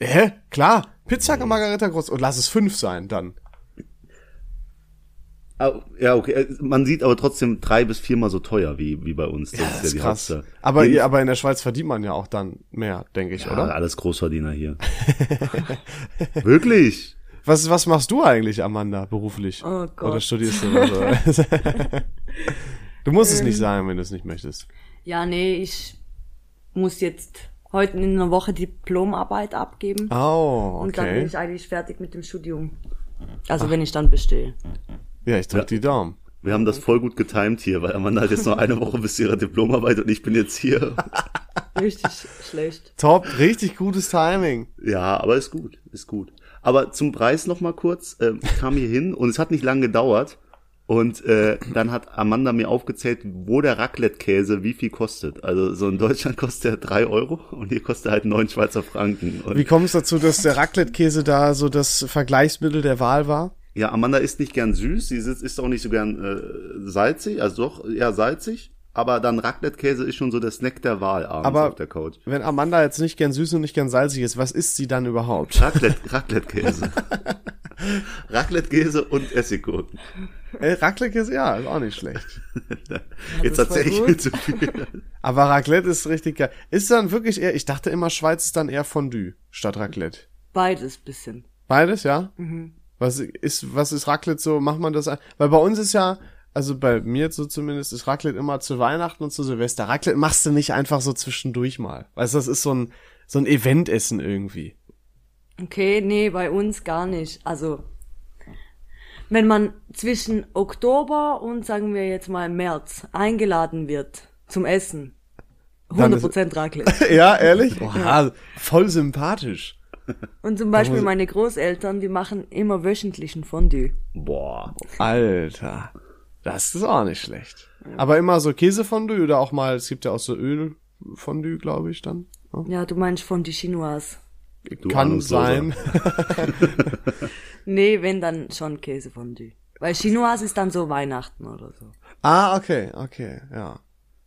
[SPEAKER 3] Hä? Klar, Pizza Margarita groß und lass es 5 sein dann.
[SPEAKER 1] Au- Ja, okay. äh, Man sieht aber trotzdem drei bis viermal so teuer wie, wie bei uns. Das ist ja
[SPEAKER 3] Das
[SPEAKER 1] die
[SPEAKER 3] ist krass.
[SPEAKER 1] Hauptsache.
[SPEAKER 3] Aber,
[SPEAKER 1] Jeden-
[SPEAKER 3] ihr- aber in der Schweiz verdient man ja auch dann mehr, denke ich,
[SPEAKER 1] ja,
[SPEAKER 3] oder?
[SPEAKER 1] alles Großverdiener [LAUGHS] hier. Wirklich?
[SPEAKER 3] Was, was machst du eigentlich, Amanda, beruflich?
[SPEAKER 2] Oh Gott.
[SPEAKER 3] Oder studierst
[SPEAKER 2] [LAUGHS]
[SPEAKER 3] du was? du musst es
[SPEAKER 2] Ähm.
[SPEAKER 3] nicht sagen, wenn du es nicht möchtest.
[SPEAKER 2] Ja, nee, ich muss jetzt heute in einer Woche Diplomarbeit abgeben.
[SPEAKER 3] Oh,
[SPEAKER 2] Und dann bin
[SPEAKER 3] okay.
[SPEAKER 2] ich eigentlich fertig mit dem Studium. Also wenn ich dann bestehe.
[SPEAKER 3] Ja, ich drück die Daumen.
[SPEAKER 1] Wir haben das voll gut getimed hier, weil Amanda hat jetzt noch eine Woche bis zu ihrer Diplomarbeit und ich bin jetzt hier.
[SPEAKER 2] Richtig schlecht.
[SPEAKER 3] Top, richtig gutes Timing.
[SPEAKER 1] Ja, aber ist gut, ist gut. Aber zum Preis noch mal kurz. Ähm, ich kam hier hin und es hat nicht lange gedauert. Und äh, dann hat Amanda mir aufgezählt, wo der Raclette-Käse wie viel kostet. Also so in Deutschland [LAUGHS] kostet er drei Euro und hier kostet er halt neun Schweizer Franken. Und
[SPEAKER 3] Wie kommt es dazu, dass der Raclette-Käse da so das Vergleichsmittel der Wahl war?
[SPEAKER 1] Ja, Amanda isst nicht gern süß, sie sitzt- isst auch nicht so gern äh, salzig, also doch eher salzig, aber dann Raclette-Käse ist schon so der Snack der Wahl abends
[SPEAKER 3] Aber-
[SPEAKER 1] auf der Couch.
[SPEAKER 3] Wenn Amanda jetzt nicht gern süß und nicht gern salzig ist, was isst sie dann überhaupt?
[SPEAKER 1] Raclette,
[SPEAKER 2] [LAUGHS]
[SPEAKER 1] Raclette-Käse. Raclette-Käse und Essiggurken.
[SPEAKER 3] Äh, Raclette-Käse, ja, ist auch nicht schlecht.
[SPEAKER 1] Jetzt
[SPEAKER 2] das war
[SPEAKER 1] tatsächlich
[SPEAKER 2] Also gut.
[SPEAKER 1] viel zu viel.
[SPEAKER 3] Aber Raclette ist richtig geil. Ist dann wirklich eher, ich dachte immer, Schweiz ist dann eher Fondue statt Raclette.
[SPEAKER 2] Beides bisschen.
[SPEAKER 3] Beides, ja? Was ist, was ist Raclette so? Macht man das? ein- Weil bei uns ist ja, also bei mir so zumindest, ist Raclette immer zu Weihnachten und zu Silvester. Raclette machst du nicht einfach so zwischendurch mal. Weißt du, das ist so ein, so ein Eventessen irgendwie.
[SPEAKER 2] Okay, nee, bei uns gar nicht. Also, wenn man zwischen Oktober und sagen wir jetzt mal März eingeladen wird zum Essen,
[SPEAKER 3] Dann ist-
[SPEAKER 2] 100% Raclette.
[SPEAKER 3] [LAUGHS] [LAUGHS] ja, ehrlich? Oha, voll sympathisch.
[SPEAKER 2] Und zum Beispiel meine Großeltern, die machen immer wöchentlichen Fondue.
[SPEAKER 1] Boah.
[SPEAKER 3] Alter. Das ist auch nicht schlecht. Aber immer so Käsefondue oder auch mal, es gibt ja auch so Ölfondue, glaube ich, dann. Ja.
[SPEAKER 2] Ja, du meinst Fondue Chinoise.
[SPEAKER 1] Du
[SPEAKER 3] Kann
[SPEAKER 1] Ahnungsloser.
[SPEAKER 3] sein. [LAUGHS]
[SPEAKER 2] Nee, wenn dann schon Käsefondue. Weil Chinoise ist dann so Weihnachten oder so.
[SPEAKER 3] ah, okay, okay, ja.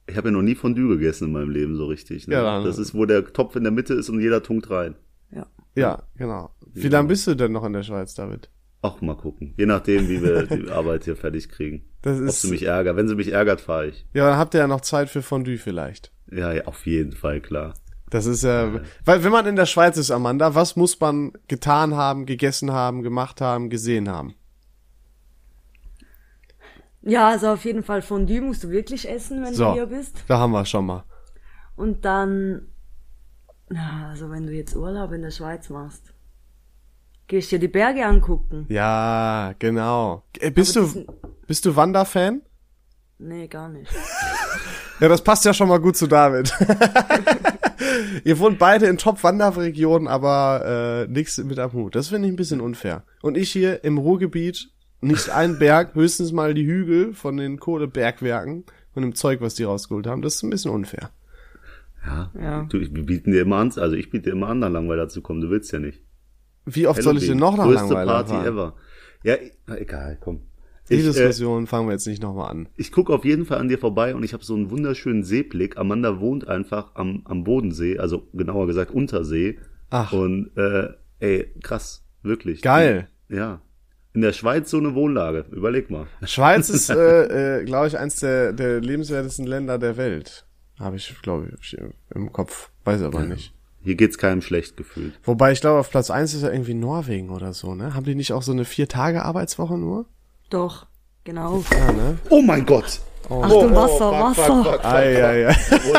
[SPEAKER 1] Ich habe ja noch nie Fondue gegessen in meinem Leben so richtig. Ne?
[SPEAKER 3] Ja, dann-
[SPEAKER 1] das ist, wo der Topf in der Mitte ist und jeder tunkt rein.
[SPEAKER 2] Ja.
[SPEAKER 3] Ja, genau. Wie lange bist du denn noch in der Schweiz, David?
[SPEAKER 1] Auch mal gucken. Je nachdem, wie
[SPEAKER 3] [LAUGHS]
[SPEAKER 1] wir die Arbeit hier fertig kriegen.
[SPEAKER 3] Das
[SPEAKER 1] Ob sie
[SPEAKER 3] ist.
[SPEAKER 1] mich ärgert. Wenn sie mich ärgert, fahre ich.
[SPEAKER 3] Ja, dann habt ihr ja noch Zeit für Fondue vielleicht.
[SPEAKER 1] Ja, ja, auf jeden Fall, klar.
[SPEAKER 3] Das ist ja. Weil wenn man in der Schweiz ist, Amanda, was muss man getan haben, gegessen haben, gemacht haben, gesehen haben?
[SPEAKER 2] Ja, also auf jeden Fall Fondue musst du wirklich essen, wenn du
[SPEAKER 3] So,
[SPEAKER 2] hier bist.
[SPEAKER 3] da haben wir schon mal.
[SPEAKER 2] Und dann, na, also wenn du jetzt Urlaub in der Schweiz machst, gehst dir die Berge angucken.
[SPEAKER 3] Ja, genau. Äh, Bist du bist du Wanderfan?
[SPEAKER 2] Nee, gar nicht.
[SPEAKER 3] Ja, das passt ja schon mal gut zu David. [LAUGHS] Ihr wohnt beide in Top-Wanderregionen, aber äh, nichts mit am Hut. Das finde ich ein bisschen unfair. Und ich hier im Ruhrgebiet, nicht ein Berg, [LAUGHS] höchstens mal die Hügel von den Kohlebergwerken und dem Zeug, was die rausgeholt haben. Das ist ein bisschen unfair.
[SPEAKER 1] Ja.
[SPEAKER 2] Ja.
[SPEAKER 1] Du, ich, wir bieten dir immer an, also ich biete dir immer an, dann langweiler zu kommen. Du willst ja nicht.
[SPEAKER 3] Wie oft soll ich denn noch
[SPEAKER 1] Halloween,
[SPEAKER 3] nach
[SPEAKER 1] Größte
[SPEAKER 3] Langweiler
[SPEAKER 1] Party
[SPEAKER 3] fahren?
[SPEAKER 1] ever. Ja, e- egal, komm.
[SPEAKER 3] Die
[SPEAKER 1] Ich, äh,
[SPEAKER 3] Diskussion fangen wir jetzt nicht nochmal an.
[SPEAKER 1] ich gucke auf jeden Fall an dir vorbei und ich habe so einen wunderschönen Seeblick. Amanda wohnt einfach am, am Bodensee, also genauer gesagt Untersee.
[SPEAKER 3] Ach.
[SPEAKER 1] Und äh, ey, krass, wirklich.
[SPEAKER 3] Geil.
[SPEAKER 1] Ja. In der Schweiz so eine Wohnlage. Überleg mal.
[SPEAKER 3] Schweiz ist, äh, äh, glaube ich, eins der, der lebenswertesten Länder der Welt. Habe ich, glaube ich, im Kopf. Weiß aber nicht.
[SPEAKER 1] Hier geht's keinem schlecht gefühlt.
[SPEAKER 3] Wobei ich glaube, auf Platz eins ist ja irgendwie Norwegen oder so, ne? Haben die nicht auch so eine Vier-Tage-Arbeitswoche nur?
[SPEAKER 2] Doch, genau.
[SPEAKER 3] Ja, ne?
[SPEAKER 1] Oh mein Gott!
[SPEAKER 2] Achtung, Wasser, Wasser.
[SPEAKER 3] Ei, ei, ei.
[SPEAKER 1] Oh,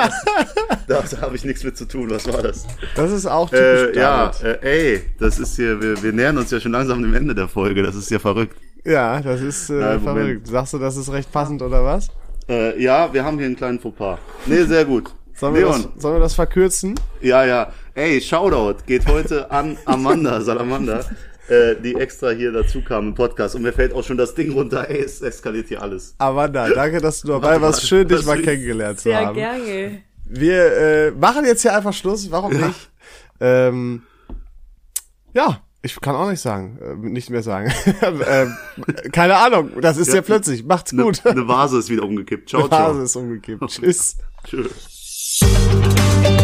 [SPEAKER 1] das, da habe ich nichts mit zu tun. Was war das?
[SPEAKER 3] Das ist auch typisch
[SPEAKER 1] Äh, ja,
[SPEAKER 3] David.
[SPEAKER 1] äh, ey, das ist hier, wir, wir nähern uns ja schon langsam dem Ende der Folge. Das ist ja verrückt.
[SPEAKER 3] Ja, das ist äh,
[SPEAKER 1] Nein, Moment.
[SPEAKER 3] verrückt. Sagst du, das ist recht passend oder was?
[SPEAKER 1] Äh, ja, wir haben hier einen kleinen Fauxpas. Nee, sehr gut.
[SPEAKER 3] Sollen wir,
[SPEAKER 1] Leon,
[SPEAKER 3] das, sollen wir das verkürzen?
[SPEAKER 1] ja, ja. Ey, Shoutout geht heute an Amanda Salamander, äh, die extra hier dazu kam im Podcast. Und mir fällt auch schon das Ding runter. Ey, es eskaliert hier alles.
[SPEAKER 3] Amanda, danke, dass du dabei warst.
[SPEAKER 1] warte,
[SPEAKER 3] Schön, dich
[SPEAKER 1] was
[SPEAKER 3] mal
[SPEAKER 1] ist-
[SPEAKER 3] kennengelernt zu
[SPEAKER 2] Sehr
[SPEAKER 3] haben.
[SPEAKER 2] gerne.
[SPEAKER 3] Wir äh, machen jetzt hier einfach Schluss. Warum nicht? Ähm, ja, ich kann auch nicht sagen. Äh, nicht mehr sagen. [LAUGHS] ähm, keine Ahnung, das ist ja, plötzlich. Macht's
[SPEAKER 1] Eine
[SPEAKER 3] gut.
[SPEAKER 1] ne Vase ist wieder umgekippt. Ciao,
[SPEAKER 3] Phase
[SPEAKER 1] ciao.
[SPEAKER 3] ist umgekippt. Tschüss.
[SPEAKER 1] Tschüss.